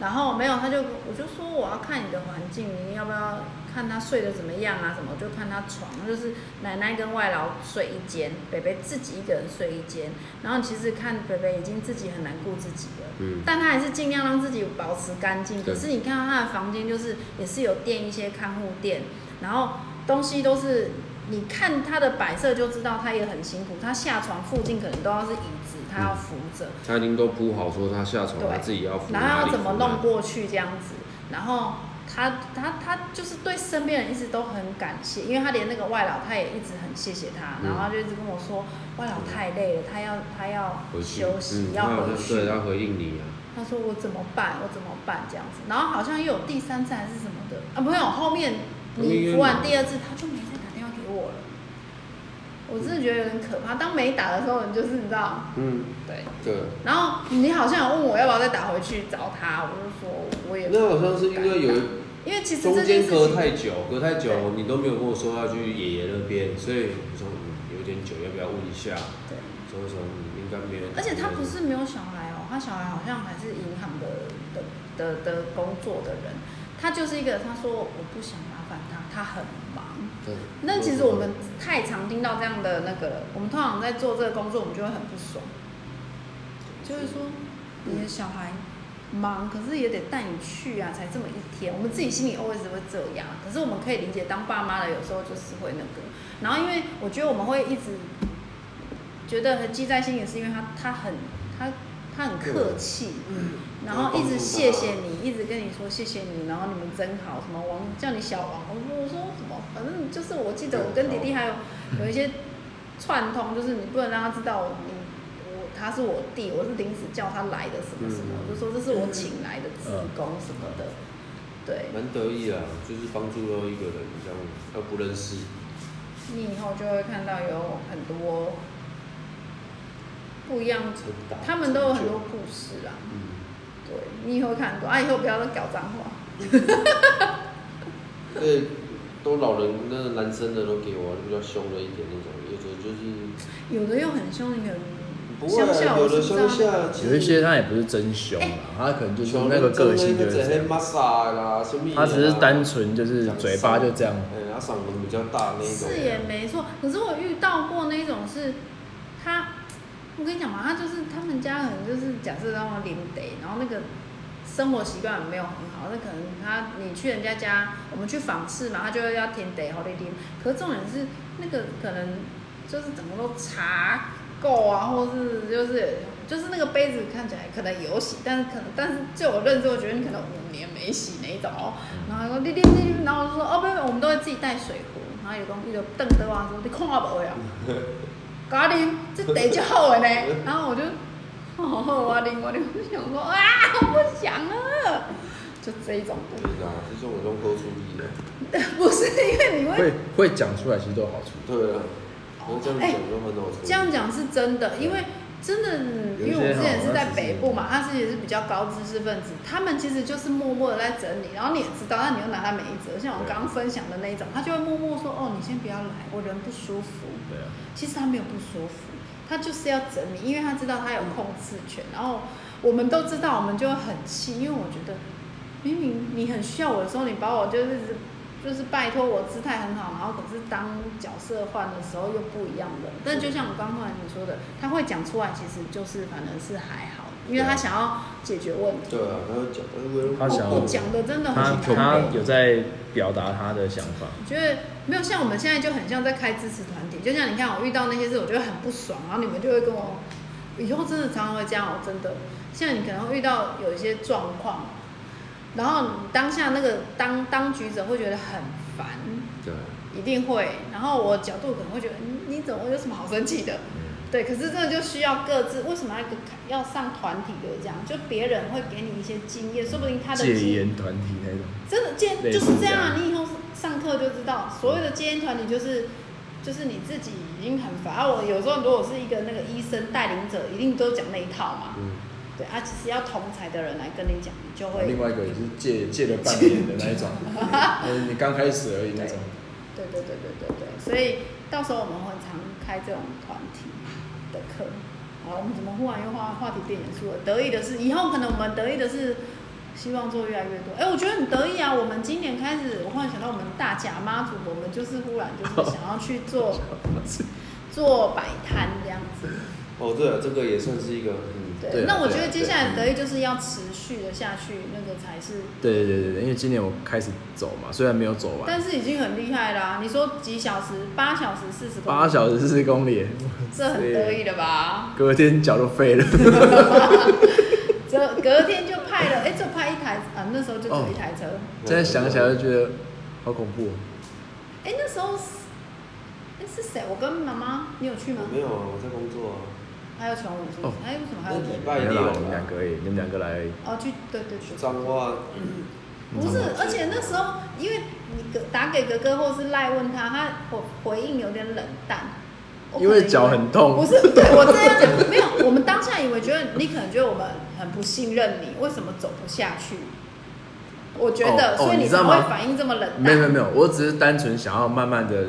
[SPEAKER 2] 然后没有，他就我就说我要看你的环境，你要不要看他睡得怎么样啊？什么就看他床，就是奶奶跟外劳睡一间，北北自己一个人睡一间。然后其实看北北已经自己很难顾自己了，
[SPEAKER 4] 嗯，
[SPEAKER 2] 但他还是尽量让自己保持干净。可
[SPEAKER 4] 对
[SPEAKER 2] 是你看到他的房间，就是也是有垫一些看护垫，然后东西都是你看他的摆设就知道他也很辛苦。他下床附近可能都要是椅子，他要扶着。
[SPEAKER 4] 他已经都铺好说他下床，
[SPEAKER 2] 对
[SPEAKER 4] 他自己要扶哪里
[SPEAKER 2] 然后要怎么
[SPEAKER 4] 扶哪里
[SPEAKER 2] 弄过去这样子，然后他他他就是对身边人一直都很感谢，因为他连那个外劳他也一直很谢谢他，然后他就一直跟我说外劳太累了，他要他要
[SPEAKER 4] 回去
[SPEAKER 2] 休息，
[SPEAKER 4] 嗯，
[SPEAKER 2] 要
[SPEAKER 4] 他好
[SPEAKER 2] 回
[SPEAKER 4] 像
[SPEAKER 2] 去。
[SPEAKER 4] 对，他回应你啊，
[SPEAKER 2] 他说我怎么办？我怎么办？这样子，然后好像又有第三次还是什么的啊，没有，后面你服完第二次，他就没再打电话给我了。我真的觉得有点可怕。当没打的时候，你就是你知道，
[SPEAKER 4] 嗯，
[SPEAKER 2] 对。
[SPEAKER 4] 对。
[SPEAKER 2] 然后你好像有问我要不要再打回去找他，我就说我也不
[SPEAKER 4] 那好像是因为有一
[SPEAKER 2] 因为其实这
[SPEAKER 4] 中
[SPEAKER 2] 件
[SPEAKER 4] 间
[SPEAKER 2] 事
[SPEAKER 4] 隔
[SPEAKER 2] 情
[SPEAKER 4] 太久，隔太久，你都没有跟我说要去爷爷那边，所以我说嗯有点久，要不要问一下？
[SPEAKER 2] 对，
[SPEAKER 4] 所以说嗯应该没有。
[SPEAKER 2] 而且他不是没有小孩哦，他小孩好像还是银行的的的的工作的人，他就是一个他说我不想麻烦他，他很忙。
[SPEAKER 4] 对。
[SPEAKER 2] 那其实我们太常听到这样的那个了，我们通常在做这个工作，我们就会很不爽，就是说你的小孩忙，可是也得带你去啊，才这么一天，我们自己心里 always 会这样，可是我们可以理解，当爸妈的有时候就是会那个，然后因为我觉得我们会一直觉得很记在心里，是因为他他很他他很客气，
[SPEAKER 4] 嗯，
[SPEAKER 2] 然后一直谢谢你，一直跟你说谢谢你，然后你们真好，什么王叫你小王，我说我说什么，反正就是我记得我跟弟弟还有有一些串通，就是你不能让他知道你我他是我弟，我是临时叫他来的什么什么，
[SPEAKER 4] 嗯
[SPEAKER 2] 我就说这是我请来的职工什么的，对
[SPEAKER 4] 蛮得意啊，就是帮助到一个人这样，他不认识，
[SPEAKER 2] 你以后就会看到有很多不一样，
[SPEAKER 4] 真打
[SPEAKER 2] 他们都有很多故事啦，啊
[SPEAKER 4] 嗯，
[SPEAKER 2] 对你以后会看很多啊，以后不要再搞脏话。
[SPEAKER 4] 对，都老人那个男生的都给我比较凶了一点那种，有的就是
[SPEAKER 2] 有的又很凶，有的
[SPEAKER 4] 不会啊，有的乡下
[SPEAKER 3] 有一些他也不是真凶啦，
[SPEAKER 2] 哎
[SPEAKER 3] 他可能就是那个个性就是这
[SPEAKER 4] 黑
[SPEAKER 3] 样，
[SPEAKER 4] 玛莎啦，什么，
[SPEAKER 3] 他只
[SPEAKER 2] 啊
[SPEAKER 3] 是单纯就是嘴巴就这样，
[SPEAKER 4] 哎，他嗓门比较大那一种，
[SPEAKER 2] 是也没错，可是我遇到过那种是，他，我跟你讲嘛，他就是他们家可能就是假设让我领得，然后那个生活习惯没有很好，那可能他你去人家家，我们去访视嘛，他就要填得好的填，可是重点是那个可能就是怎么都查够啊，或是就是就是那个杯子看起来可能有洗，但是可能但是就我认知，我觉得你可能五年没洗那一种哦。然后他说滴滴滴，然后我就说哦，不不，我们都会自己带水壶。然后有讲伊就瞪着我说你看我无呀，甲我啉，这茶就好的呢。然后我就哦好我啉我啉，我就想说啊我不想了，就这一种
[SPEAKER 4] 对啦，这种我都抠出力的，
[SPEAKER 2] 的，不是因为你会
[SPEAKER 3] 会会讲出来其实都有好处。
[SPEAKER 4] 对啊，我这样讲就很好出
[SPEAKER 2] 这样讲是真的，因为真的，嗯因为我之前是在北部嘛，他是也是比较高知识分子，他们其实就是默默的在整理，然后你也知道，但你又拿他没辙。像我刚刚分享的那一种，他就会默默说：“哦，你先不要来，我人不舒服。”
[SPEAKER 3] 对啊，
[SPEAKER 2] 其实他没有不舒服，他就是要整理，因为他知道他有控制权。然后我们都知道，我们就会很气，因为我觉得明明你很需要我的时候，你把我就是就是拜托我姿态很好，然后可是当角色换的时候又不一样的。但就像我刚刚你说的，他会讲出来，其实就是反正是还好，因为他想要解决问题。
[SPEAKER 4] 对啊，他会讲，
[SPEAKER 3] 他想要
[SPEAKER 2] 我讲的真的
[SPEAKER 3] 他
[SPEAKER 2] 很
[SPEAKER 3] 他
[SPEAKER 2] 难。
[SPEAKER 3] 有在表达他的想法，
[SPEAKER 2] 我觉得没有像我们现在就很像在开支持团体，就像你看我遇到那些事，我就会很不爽，然后你们就会跟我，以后真的常常会这样，我真的，像你可能会遇到有一些状况，然后你当下那个当当局者会觉得很烦，
[SPEAKER 4] 对，
[SPEAKER 2] 一定会，然后我角度可能会觉得嗯你你怎么有什么好生气的，对，可是这个就需要各自为什么要跟要上团体的这样，就别人会给你一些经验，说不定他的
[SPEAKER 3] 戒
[SPEAKER 2] 经
[SPEAKER 3] 烟团体那种，
[SPEAKER 2] 真的戒
[SPEAKER 3] 类
[SPEAKER 2] 就
[SPEAKER 3] 似
[SPEAKER 2] 是这
[SPEAKER 3] 这
[SPEAKER 2] 样啊！
[SPEAKER 3] 样
[SPEAKER 2] 你以后上课就知道，所有的戒烟团体就是就是你自己已经很烦。啊我有时候如果是一个那个医生带领者，一定都讲那一套嘛。
[SPEAKER 4] 嗯
[SPEAKER 2] 对啊，其实要同才的人来跟你讲，你就会
[SPEAKER 3] 啊另外一个也是戒戒了半年的那一
[SPEAKER 2] <laughs>
[SPEAKER 3] 种，就是你刚开始而已那种。
[SPEAKER 2] 对对对对对对，所以到时候我们会常开这种团体的课。好，我们怎么忽然又话话题变严肃了？得意的是，以后可能我们得意的是，希望做越来越多。哎，我觉得很得意啊！我们今年开始，我忽然想到我们大甲妈祖，我们就是忽然就是想要去做
[SPEAKER 3] <laughs>
[SPEAKER 2] 做摆摊这样子。
[SPEAKER 4] 哦对啊，这个也算是一个，嗯，
[SPEAKER 2] 对，
[SPEAKER 3] 对啊
[SPEAKER 2] 那我觉
[SPEAKER 3] 对啊
[SPEAKER 2] 得接下来得意就是要持续的下去，那个才是。
[SPEAKER 3] 对对对对，因为今年我开始走嘛，虽然没有走完，
[SPEAKER 2] 但是已经很厉害啦、你说几小时？八小时四十公里
[SPEAKER 3] 八小时四十公里，
[SPEAKER 2] 这很得意的吧？
[SPEAKER 3] 隔天脚都
[SPEAKER 2] <laughs>
[SPEAKER 3] 废了。
[SPEAKER 2] 这隔天就派了，哎、就派一台啊，那时候就只有一台车。
[SPEAKER 3] 现在想起来就觉得好恐怖、哦。
[SPEAKER 2] 哎、那时候是，哎、是谁？我跟妈妈，你有去吗
[SPEAKER 4] 我？没有啊，我在工作啊，
[SPEAKER 2] 还有熊文是不
[SPEAKER 3] 哦
[SPEAKER 2] 是？哎、为什么还有
[SPEAKER 4] 那礼
[SPEAKER 2] 你？
[SPEAKER 4] 拜
[SPEAKER 3] 没有
[SPEAKER 4] 六
[SPEAKER 3] 啦
[SPEAKER 4] 啊，
[SPEAKER 3] 你们两个而已，你们两个来而已。
[SPEAKER 2] 哦，去对对
[SPEAKER 4] 去
[SPEAKER 2] 对。
[SPEAKER 4] 彰化，
[SPEAKER 2] 不是，而且那时候因为你哥打给哥哥或是赖问他，他回回应有点冷淡。我可能
[SPEAKER 3] 因为脚很痛
[SPEAKER 2] 不是，对我这样讲没有。我们当下以为觉得你可能觉得我们很不信任你，为什么走不下去？我觉得，
[SPEAKER 3] 哦哦
[SPEAKER 2] 所以
[SPEAKER 3] 你知
[SPEAKER 2] 才
[SPEAKER 3] 道
[SPEAKER 2] 会
[SPEAKER 3] 吗
[SPEAKER 2] 反应这么冷淡。
[SPEAKER 3] 没有没有没有，我只是单纯想要慢慢的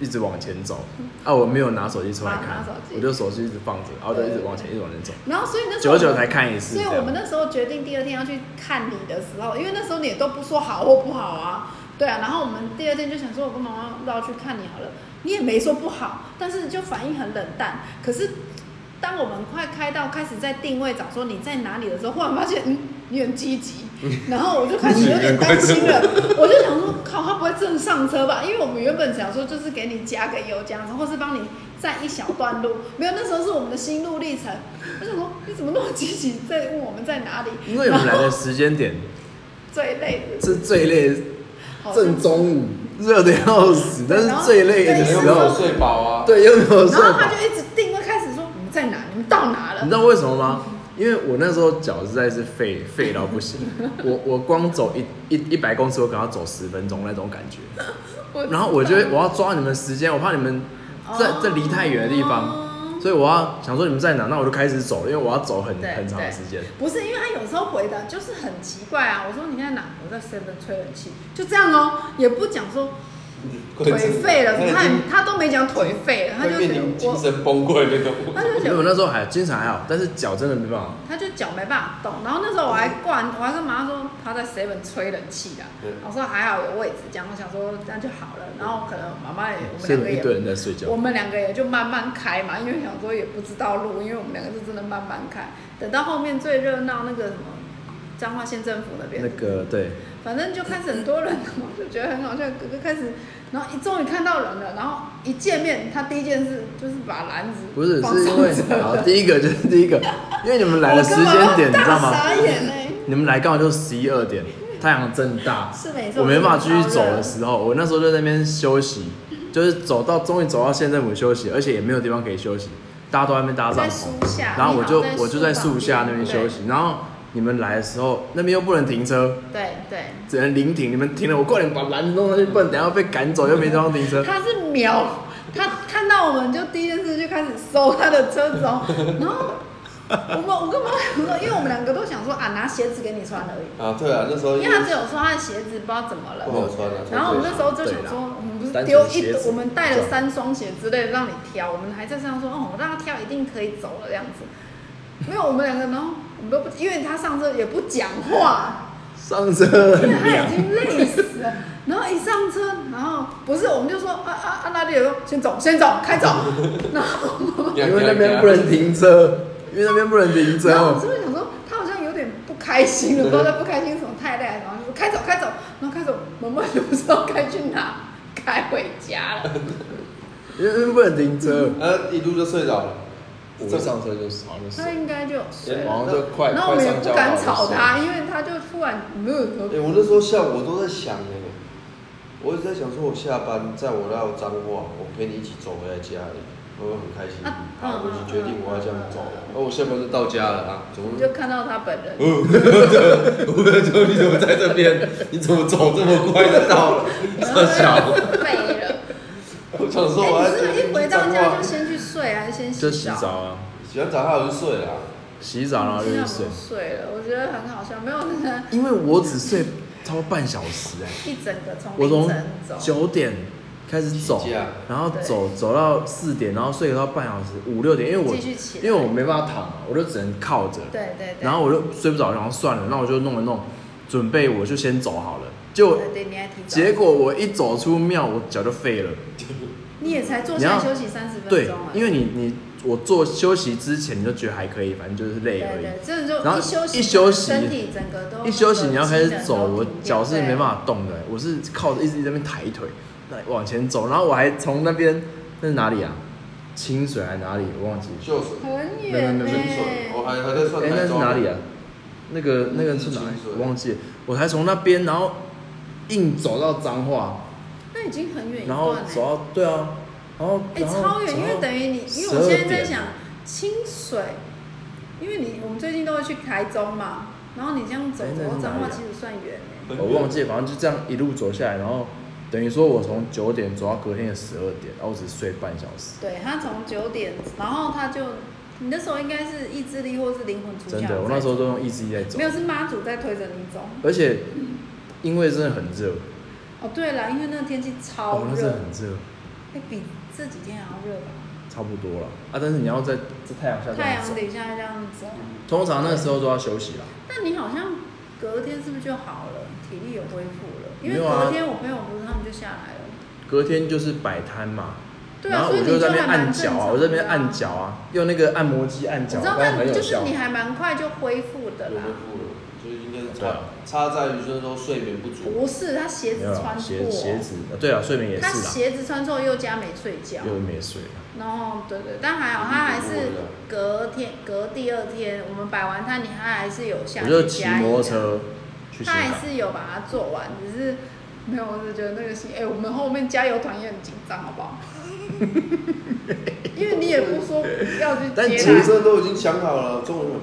[SPEAKER 3] 一直往前走。啊，我没有拿手机出来
[SPEAKER 2] 嗯啊拿
[SPEAKER 3] 看
[SPEAKER 2] 手，机
[SPEAKER 3] 我就手机一直放着，然后就一直往前一直往前走，
[SPEAKER 2] 然后所以那时候
[SPEAKER 3] 久久才看一次。
[SPEAKER 2] 所以
[SPEAKER 3] 这
[SPEAKER 2] 我
[SPEAKER 3] 样
[SPEAKER 2] 们那时候决定第二天要去看你的时候，因为那时候你也都不说好或不好啊，对啊。然后我们第二天就想说，我跟妈妈绕去看你好了，你也没说不好，但是就反应很冷淡。可是当我们快开到开始在定位找说你在哪里的时候，忽然发现，嗯，你很积 <laughs> 极，然后我就开始有点担心了。我就想说，靠，他不会真的上车吧？因为我们原本想说就是给你加个油这样子，或是帮你占一小段路，没有，那时候是我们的心路历程。我想说，你怎么那么积极在问我们在哪里？
[SPEAKER 3] 因为我们来的时间点
[SPEAKER 2] 最累的，
[SPEAKER 3] 是最累，
[SPEAKER 2] 好像
[SPEAKER 3] 正中
[SPEAKER 2] <laughs>
[SPEAKER 3] 午，热的要死，但是最累的
[SPEAKER 4] 你
[SPEAKER 3] 时
[SPEAKER 4] 有没有
[SPEAKER 3] 候，
[SPEAKER 4] 睡饱啊？
[SPEAKER 3] <laughs> 对，又没有睡
[SPEAKER 2] 然后
[SPEAKER 3] 饱
[SPEAKER 2] 他。就一直定位，开始说你们在哪？你们到哪了
[SPEAKER 3] 你知？道为什么吗？因为我那时候脚实在是废废到不
[SPEAKER 2] <laughs>
[SPEAKER 3] 行，我我光走一一一百公尺，我可能要走十分钟那种感觉。然后我就会我要抓你们时间，我怕你们在在离太远的地方，
[SPEAKER 2] 哦
[SPEAKER 3] 所以我要想说你们在哪，那我就开始走，因为我要走很
[SPEAKER 2] 对
[SPEAKER 3] 很长的时间。
[SPEAKER 2] 不是，因为他有时候回答就是很奇怪啊。我说你在哪？我在 Seven 吹冷气，就这样哦，也不讲说腿废
[SPEAKER 4] 哎
[SPEAKER 2] 了，他也他都没讲腿废了，他就
[SPEAKER 4] 会
[SPEAKER 2] 觉
[SPEAKER 4] 面
[SPEAKER 2] 得
[SPEAKER 4] 临精
[SPEAKER 2] 我，
[SPEAKER 4] 神崩溃那种。
[SPEAKER 2] 他就
[SPEAKER 3] 因
[SPEAKER 2] 觉
[SPEAKER 3] 为我
[SPEAKER 2] 得
[SPEAKER 3] 那时候还精神还好，但是脚真的没办法。
[SPEAKER 2] 他就脚没办法动。然后那时候我还挂，我还跟妈妈说他在 Seven 吹冷气的
[SPEAKER 4] 对，
[SPEAKER 2] 我说还好有位置，这样我想说这样就好了。然后可能妈妈也我们
[SPEAKER 3] 所以
[SPEAKER 2] 两
[SPEAKER 3] 我
[SPEAKER 2] 个
[SPEAKER 3] 一
[SPEAKER 2] 也
[SPEAKER 3] 堆人在睡觉
[SPEAKER 2] 我。们两个也就慢慢开嘛，因为想说也不知道路，因为我们两个是真的慢慢开。等到后面最热闹那个什么彰化县政府那边，
[SPEAKER 3] 那个对，
[SPEAKER 2] 反正就开始很多人，我就觉得很好笑。哥哥开始，然后一终于看到人了，然后一见面，他第一件事就是把篮子
[SPEAKER 3] 不是
[SPEAKER 2] 放
[SPEAKER 3] 是因为
[SPEAKER 2] 上
[SPEAKER 3] <laughs>
[SPEAKER 2] 车
[SPEAKER 3] 好，第一个就是第一个，因为你们来的时间点，你知道
[SPEAKER 2] 我根本
[SPEAKER 3] 吗？
[SPEAKER 2] 大傻眼欸嘞，
[SPEAKER 3] 你们来刚好就十一二点，太阳正大，
[SPEAKER 2] 是没错，
[SPEAKER 3] 我没办法继续走的
[SPEAKER 2] 了。
[SPEAKER 3] 时候，我那时候就在那边休息，就是走到终于走到县政府休息，而且也没有地方可以休息，大家都在那边搭帐
[SPEAKER 2] 在树
[SPEAKER 3] 篷，
[SPEAKER 2] 下
[SPEAKER 3] 然后我就
[SPEAKER 2] 你好在
[SPEAKER 3] 我就在
[SPEAKER 2] 树
[SPEAKER 3] 树下那边
[SPEAKER 2] 旁边
[SPEAKER 3] 休息，然后你们来的时候那边又不能停车，
[SPEAKER 2] 对对，
[SPEAKER 3] 只能临停，你们停了我快点把篮子弄上去，不然等一下被赶走又没地方停车。
[SPEAKER 2] 他是秒，他看到我们就第一件事就开始搜他的车子
[SPEAKER 3] <laughs>
[SPEAKER 2] 哦，然后我们我跟妈妈讲说，因为我们两个都想说啊拿鞋子给你穿而已，
[SPEAKER 4] 啊，对啊，那时候
[SPEAKER 2] 因为他只有说他的鞋子不知道怎么了
[SPEAKER 4] 不。好穿啊。
[SPEAKER 2] 然后我们那时候就想
[SPEAKER 3] 对
[SPEAKER 2] 说，
[SPEAKER 3] 啦
[SPEAKER 2] 我们不是
[SPEAKER 3] 单纯
[SPEAKER 2] 丢
[SPEAKER 3] 鞋
[SPEAKER 2] 一
[SPEAKER 3] 子，
[SPEAKER 2] 我们带了三双鞋之类的让你挑，我们还在这样说，哦，我让他挑一定可以走了这样子。没有，我们两个，然后我们都不，因为他上车也不讲话，
[SPEAKER 3] 上车
[SPEAKER 2] 因为
[SPEAKER 3] 很
[SPEAKER 2] 他
[SPEAKER 3] 凉
[SPEAKER 2] 已，经累死了。然后一上车，然后不是，我们就说啊啊啊，那里有先走，先走，开走。 <laughs> 然后，
[SPEAKER 3] 因为那边不能停车，因为那边不能停
[SPEAKER 2] 然后我
[SPEAKER 3] 车哦
[SPEAKER 2] 是。不是想说他好像有点不开心了，不知道他不开心什么，太累了，然后就说开走，开走。然后开走，萌萌就不知道该去哪，开回家了。 <laughs>
[SPEAKER 3] 因为不能停车，
[SPEAKER 4] 呃，一路就睡着了。
[SPEAKER 3] 我一上车就好像就
[SPEAKER 2] 他
[SPEAKER 3] 是，
[SPEAKER 2] 应该就有睡了。
[SPEAKER 3] 然后就快
[SPEAKER 2] 然后我们也不敢吵
[SPEAKER 3] 快上交
[SPEAKER 2] 他，
[SPEAKER 3] 了
[SPEAKER 2] 因为他就突然嗯没有
[SPEAKER 4] 哎、我那时候下午我都在想哎、我一直在想说，我下班在我那彰化，我陪你一起走回来家里，我会很开心。
[SPEAKER 2] 啊
[SPEAKER 4] 好，我
[SPEAKER 2] 嗯
[SPEAKER 4] 就决定我要这样走了。然后我下班就到家了啊，怎么
[SPEAKER 2] 你？就看到他本人。
[SPEAKER 4] 我在说你怎么在这边？ <laughs> 你怎么走这么快就到了？ <laughs>
[SPEAKER 2] 然后他就废 <laughs> 了。
[SPEAKER 4] 我想
[SPEAKER 2] 哎、
[SPEAKER 4] 说我还
[SPEAKER 2] 你是不是一回到家就
[SPEAKER 4] 喜
[SPEAKER 2] 先去睡，还是先洗
[SPEAKER 3] 就洗澡啊，
[SPEAKER 4] 欢早上我就睡了、啊
[SPEAKER 3] 洗澡然后就
[SPEAKER 2] 现
[SPEAKER 3] 去
[SPEAKER 2] 在哦我
[SPEAKER 3] 睡
[SPEAKER 2] 们。睡了，我觉得很好笑，没有真的，
[SPEAKER 3] 因为我只睡超过半小时哎、
[SPEAKER 2] 一整个从
[SPEAKER 3] 我
[SPEAKER 2] 凌
[SPEAKER 3] 从
[SPEAKER 2] 晨走，
[SPEAKER 3] 九点开始走
[SPEAKER 4] 起价，
[SPEAKER 3] 然后
[SPEAKER 2] 对
[SPEAKER 3] 走走到四点，然后睡到半小时五六点，因为我
[SPEAKER 2] 继续起来
[SPEAKER 3] 因为我没办法躺嘛，我就只能靠着，
[SPEAKER 2] 对对对，
[SPEAKER 3] 然后我就睡不着，然后算了，那我就弄了弄，准备我就先走好了，就
[SPEAKER 2] 对对，你还提早，
[SPEAKER 3] 结果我一走出庙，我脚就废了。
[SPEAKER 2] 你也才坐
[SPEAKER 3] 你
[SPEAKER 2] 下
[SPEAKER 3] 要
[SPEAKER 2] 休息三十分
[SPEAKER 3] 对
[SPEAKER 2] 钟啊，，
[SPEAKER 3] 因为你你我做休息之前你就觉得还可以，反正就是累而
[SPEAKER 2] 对
[SPEAKER 3] 已。
[SPEAKER 2] 对，这就
[SPEAKER 3] 然后
[SPEAKER 2] 一休息，
[SPEAKER 3] 一休息
[SPEAKER 2] 身体整个都
[SPEAKER 3] 一休息你要开始走，
[SPEAKER 2] 那个
[SPEAKER 3] 我
[SPEAKER 2] 机能都停掉
[SPEAKER 3] 脚是没办。
[SPEAKER 2] 对
[SPEAKER 3] 法动的、我是靠着一直在那边抬腿，那往前走，然后我还从那边那是哪里啊？清水还是哪里？我忘记。
[SPEAKER 4] 就是
[SPEAKER 2] 很
[SPEAKER 3] 没有
[SPEAKER 2] 远欸
[SPEAKER 3] 没有
[SPEAKER 2] 呢、
[SPEAKER 3] 没有
[SPEAKER 4] 水，我哦还还在算
[SPEAKER 3] 哎、那是哪里啊？？那个那个是哪里
[SPEAKER 4] 嗯清水？
[SPEAKER 3] 我忘记了。我才从那边，然后硬走到彰化，
[SPEAKER 2] 那已经很远一
[SPEAKER 3] 然
[SPEAKER 2] 段
[SPEAKER 3] 后
[SPEAKER 2] 了、
[SPEAKER 3] 走到对啊，然后
[SPEAKER 2] 哎、
[SPEAKER 3] 然后
[SPEAKER 2] 超远，因为
[SPEAKER 3] 走到
[SPEAKER 2] 等于你，因为
[SPEAKER 3] 12
[SPEAKER 2] 我现在在
[SPEAKER 3] 点
[SPEAKER 2] 想清水，因为你我们最近都会去台中嘛，然后你这样走
[SPEAKER 3] 哎那
[SPEAKER 2] 走
[SPEAKER 3] 是
[SPEAKER 2] 到
[SPEAKER 3] 哪
[SPEAKER 2] 彰化，
[SPEAKER 3] 里啊
[SPEAKER 2] 其实算远欸呢、
[SPEAKER 3] 我忘记了，反正就这样一路走下来，然后等于说我从九点走到隔天的十二点，然后我只睡半小时，
[SPEAKER 2] 对他从九点，然后他就，你那时候应该是意志力或是灵魂出窍在
[SPEAKER 3] 真
[SPEAKER 2] 走。
[SPEAKER 3] 的，我那时候都用意志力在走
[SPEAKER 2] 没，有是妈祖在推着你走。
[SPEAKER 3] 而且因为真的很热，
[SPEAKER 2] 哦，对了，因为那个天气超
[SPEAKER 3] 哦，那真
[SPEAKER 2] 热
[SPEAKER 3] 的，很热，
[SPEAKER 2] 哎、比这几天还要热吧？
[SPEAKER 3] 差不多了啊，但是你要在这太嗯阳下这
[SPEAKER 2] 太
[SPEAKER 3] 样
[SPEAKER 2] 阳
[SPEAKER 3] 走，
[SPEAKER 2] 底下这样走，
[SPEAKER 3] 通常那时候都要休息啦，
[SPEAKER 2] 那你好像隔天是不是就好了？体力有恢复了？因为
[SPEAKER 3] 没有啊
[SPEAKER 2] 隔天我朋友不是他们就下来了。
[SPEAKER 3] 隔天就是摆摊嘛。
[SPEAKER 2] 对啊
[SPEAKER 3] 然后
[SPEAKER 2] 所以
[SPEAKER 3] 我就
[SPEAKER 2] 你
[SPEAKER 3] 在
[SPEAKER 2] 就
[SPEAKER 3] 那边
[SPEAKER 2] 还蛮
[SPEAKER 3] 按脚
[SPEAKER 2] 正
[SPEAKER 3] 啊，
[SPEAKER 2] 常
[SPEAKER 3] 我在那边
[SPEAKER 2] 的啊
[SPEAKER 3] 按脚啊，用那个按摩机按脚，
[SPEAKER 2] 你知道
[SPEAKER 3] 发现
[SPEAKER 2] 那
[SPEAKER 3] 很有
[SPEAKER 2] 就是
[SPEAKER 3] 效
[SPEAKER 2] 你。还蛮快就恢复的
[SPEAKER 4] 有
[SPEAKER 2] 啦
[SPEAKER 4] 恢。复了，所以应该是差差在于就是说睡眠不足。
[SPEAKER 2] 不是，他鞋
[SPEAKER 3] 没
[SPEAKER 2] 子
[SPEAKER 3] 有啦
[SPEAKER 2] 穿哦
[SPEAKER 3] 鞋
[SPEAKER 2] 错，
[SPEAKER 3] 鞋子，啊对啊，睡眠也
[SPEAKER 2] 他
[SPEAKER 3] 是啦，
[SPEAKER 2] 鞋子啊穿错又加没睡觉，
[SPEAKER 3] 又嗯没睡啊啦。
[SPEAKER 2] 然后对对，但还好他还是隔天隔第二天，我们摆完摊，你他还是有下
[SPEAKER 3] 我
[SPEAKER 2] 去
[SPEAKER 3] 就骑
[SPEAKER 2] 加一
[SPEAKER 3] 摩托
[SPEAKER 2] 下，
[SPEAKER 3] 车去
[SPEAKER 2] 他
[SPEAKER 3] 新
[SPEAKER 2] 还
[SPEAKER 3] 港。
[SPEAKER 2] 是有把它做完，只是没有，我是觉得那个心，哎、我们后面加油团也很紧张，好
[SPEAKER 3] <laughs>
[SPEAKER 2] 不好？因为你也不说要去接
[SPEAKER 3] 但其
[SPEAKER 2] 他
[SPEAKER 3] 实
[SPEAKER 4] 这都已经想好了，中文有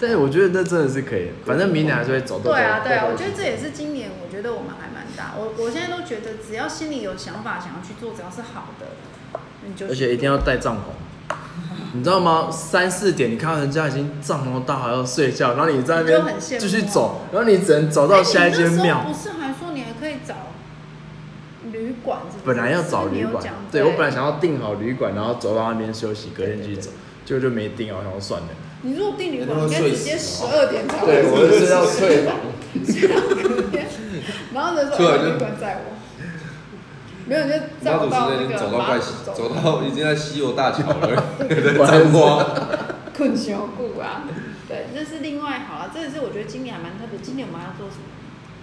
[SPEAKER 3] 但是我觉得那真的是可以，反正明年还是会走。
[SPEAKER 2] 对啊，
[SPEAKER 3] 都
[SPEAKER 2] 对啊，我觉得这也是今年，我觉得我们还蛮大。我我现在都觉得，只要心里有想法，想要去做，只要是好的，你就去
[SPEAKER 3] 而且一定要带帐篷，你知道吗？三四点，你看到人家已经帐篷搭好要睡觉，然后你在那
[SPEAKER 2] 你就
[SPEAKER 3] 边
[SPEAKER 2] 很羡慕啊
[SPEAKER 3] 继续走，然后你只能走到下一间
[SPEAKER 2] 哎你那时候
[SPEAKER 3] 庙。
[SPEAKER 2] 不是还说你还可以找旅馆是不是？
[SPEAKER 3] 本来要找旅
[SPEAKER 2] 是不
[SPEAKER 3] 馆
[SPEAKER 2] 是你有讲，
[SPEAKER 3] 对我本来想要订好旅馆，然后走到那边休息，隔天继续走，结果就没订好，我想说算了。
[SPEAKER 2] 你如果订旅
[SPEAKER 4] 哎
[SPEAKER 2] 馆，
[SPEAKER 4] 他
[SPEAKER 2] 应
[SPEAKER 4] 们
[SPEAKER 2] 该
[SPEAKER 4] 睡
[SPEAKER 2] 直接十
[SPEAKER 4] 死
[SPEAKER 2] 二点才
[SPEAKER 3] 对，我就是要
[SPEAKER 4] <laughs>
[SPEAKER 3] 退房。
[SPEAKER 2] <laughs> 然后就
[SPEAKER 4] 出
[SPEAKER 2] 说
[SPEAKER 4] 来
[SPEAKER 2] 哎
[SPEAKER 4] 就
[SPEAKER 2] 旅馆载我，没有你就
[SPEAKER 4] 妈
[SPEAKER 2] 找
[SPEAKER 4] 祖
[SPEAKER 2] 到
[SPEAKER 4] 现
[SPEAKER 2] 那
[SPEAKER 4] 在已经
[SPEAKER 2] 个
[SPEAKER 4] 走
[SPEAKER 2] 马
[SPEAKER 4] 到快
[SPEAKER 2] 祖
[SPEAKER 4] 走到已经在西游大桥了， <laughs>
[SPEAKER 3] 我还是
[SPEAKER 4] 在花。
[SPEAKER 2] <laughs> 困熊谷啊，对，那是另外好了，这也是我觉得今年还蛮特别，今年我们要做什么？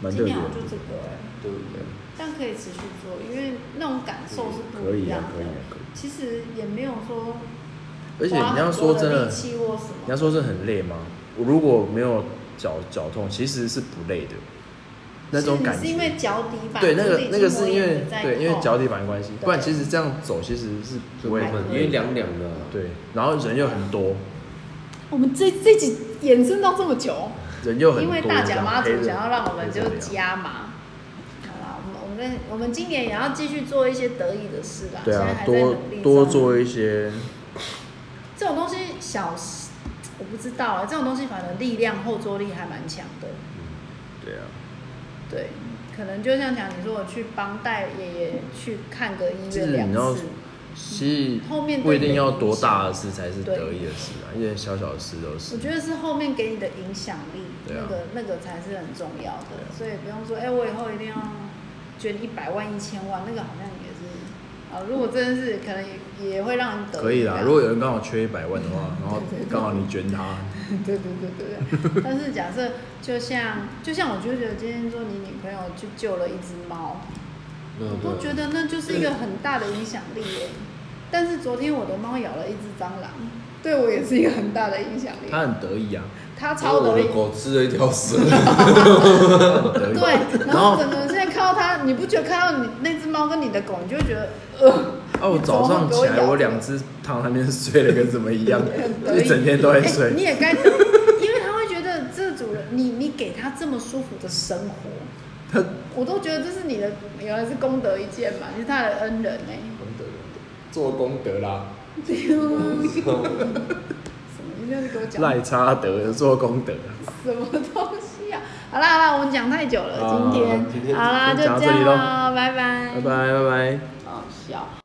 [SPEAKER 3] 蛮
[SPEAKER 2] 今
[SPEAKER 3] 特别
[SPEAKER 2] 年
[SPEAKER 3] 的
[SPEAKER 2] 我就这个哎、
[SPEAKER 4] 对不对？
[SPEAKER 2] 这样可以持续做，因为那种感受是不
[SPEAKER 3] 可
[SPEAKER 2] 一
[SPEAKER 3] 以
[SPEAKER 2] 样
[SPEAKER 3] 啊
[SPEAKER 2] 的。，
[SPEAKER 3] 可以啊，可以。
[SPEAKER 2] 其实也没有说，
[SPEAKER 3] 而且你要说真的
[SPEAKER 2] 力，气或什
[SPEAKER 3] 你要
[SPEAKER 2] 么，
[SPEAKER 3] 说是很累吗？我如果没有脚脚痛，其实是不累的，那种感
[SPEAKER 2] 是你是因
[SPEAKER 3] 觉。
[SPEAKER 2] 为脚底板
[SPEAKER 3] 对，那个
[SPEAKER 2] 力气
[SPEAKER 3] 那个是因
[SPEAKER 2] 磨
[SPEAKER 3] 为
[SPEAKER 2] 练你在
[SPEAKER 3] 对，因为
[SPEAKER 2] 痛
[SPEAKER 3] 脚底板的关系，
[SPEAKER 2] 对
[SPEAKER 3] 不然其实这样走其实是不会
[SPEAKER 2] 还可以
[SPEAKER 3] 很
[SPEAKER 4] 因为凉凉的啊，
[SPEAKER 3] 对，然后人又很多，
[SPEAKER 2] 我们这这集延伸到这么久，
[SPEAKER 3] 人又很多，
[SPEAKER 2] 因为大甲妈祖
[SPEAKER 3] 这样
[SPEAKER 2] 想要让我们
[SPEAKER 3] 黑
[SPEAKER 2] 就
[SPEAKER 3] 人黑人
[SPEAKER 2] 加码。好啦，我们我们我们今年也要继续做一些得意的事啦。
[SPEAKER 3] 对
[SPEAKER 2] 现在
[SPEAKER 3] 啊，
[SPEAKER 2] 还在
[SPEAKER 3] 多
[SPEAKER 2] 努力中
[SPEAKER 3] 多做一些
[SPEAKER 2] 这种东西小，我不知道啊，这种东西反正力量后坐力还蛮强的。
[SPEAKER 3] 对啊，
[SPEAKER 2] 嗯对，可能就像讲你说我去帮带爷爷去看个医
[SPEAKER 3] 就是
[SPEAKER 2] 院
[SPEAKER 3] 你要
[SPEAKER 2] 两次，
[SPEAKER 3] 其
[SPEAKER 2] 后面
[SPEAKER 3] 实
[SPEAKER 2] 对
[SPEAKER 3] 不一定
[SPEAKER 2] 你的
[SPEAKER 3] 要
[SPEAKER 2] 影
[SPEAKER 3] 多大
[SPEAKER 2] 响
[SPEAKER 3] 的事才是
[SPEAKER 2] 对
[SPEAKER 3] 得意的事啊，一点小小的事都是
[SPEAKER 2] 我。觉得是后面给你的影响力，
[SPEAKER 3] 对啊
[SPEAKER 2] 那个那个才是很重要的
[SPEAKER 3] 对啊，
[SPEAKER 2] 所以不用说，哎、我以后一定要捐一百万、一千万，那个好像也是啊，如果真的是可能也也会让人得啊
[SPEAKER 3] 可以
[SPEAKER 2] 这
[SPEAKER 3] 啦，
[SPEAKER 2] 样
[SPEAKER 3] 如果有人刚好缺一百万的话，然后刚好你捐他，
[SPEAKER 2] <laughs> 对对对
[SPEAKER 3] <laughs>
[SPEAKER 2] 对对。但是假设就像就像我就觉得今天说你女朋友去救了一只猫，
[SPEAKER 4] 那
[SPEAKER 3] 嗯
[SPEAKER 2] 我都觉得那就是一个很大的影响力耶。但是昨天我的猫咬了一只蟑螂，对我也是一个很大的影响力。
[SPEAKER 3] 他很得意啊，
[SPEAKER 2] 它超
[SPEAKER 4] 因为我
[SPEAKER 2] 得意
[SPEAKER 4] 的，狗吃了一条蛇，
[SPEAKER 3] 很得意。啊
[SPEAKER 2] 对，然
[SPEAKER 3] 然
[SPEAKER 2] 后
[SPEAKER 3] 后
[SPEAKER 2] 整个现在看到它，你不觉得看到你那只猫跟你的狗，你就会觉得呃，
[SPEAKER 3] 啊，我早上起来我两只躺在那边睡得跟什么一样，
[SPEAKER 2] 很
[SPEAKER 3] 就
[SPEAKER 2] 得意 <laughs>
[SPEAKER 3] 一整天都在
[SPEAKER 2] 哎你
[SPEAKER 3] 睡。
[SPEAKER 2] 也该得意，因为它会觉得这主人，你你给它这么舒服的生活，
[SPEAKER 3] 他
[SPEAKER 2] 我都觉得这是你的，原来是功德一件嘛，你是他的恩人
[SPEAKER 3] <laughs>
[SPEAKER 2] 哎、
[SPEAKER 3] <laughs> 做功德啦，
[SPEAKER 2] 什么？你这样子给我讲
[SPEAKER 3] 赖差德做功德，
[SPEAKER 2] 什么东西啊？好啦好啦，我们讲太久了，
[SPEAKER 3] 啊
[SPEAKER 2] 今天
[SPEAKER 4] 今天
[SPEAKER 2] 好啦，就
[SPEAKER 3] 就讲到
[SPEAKER 2] 这
[SPEAKER 3] 这里
[SPEAKER 2] 样
[SPEAKER 3] 咯
[SPEAKER 2] 啦，拜拜，
[SPEAKER 3] 拜拜拜拜。
[SPEAKER 2] 好笑。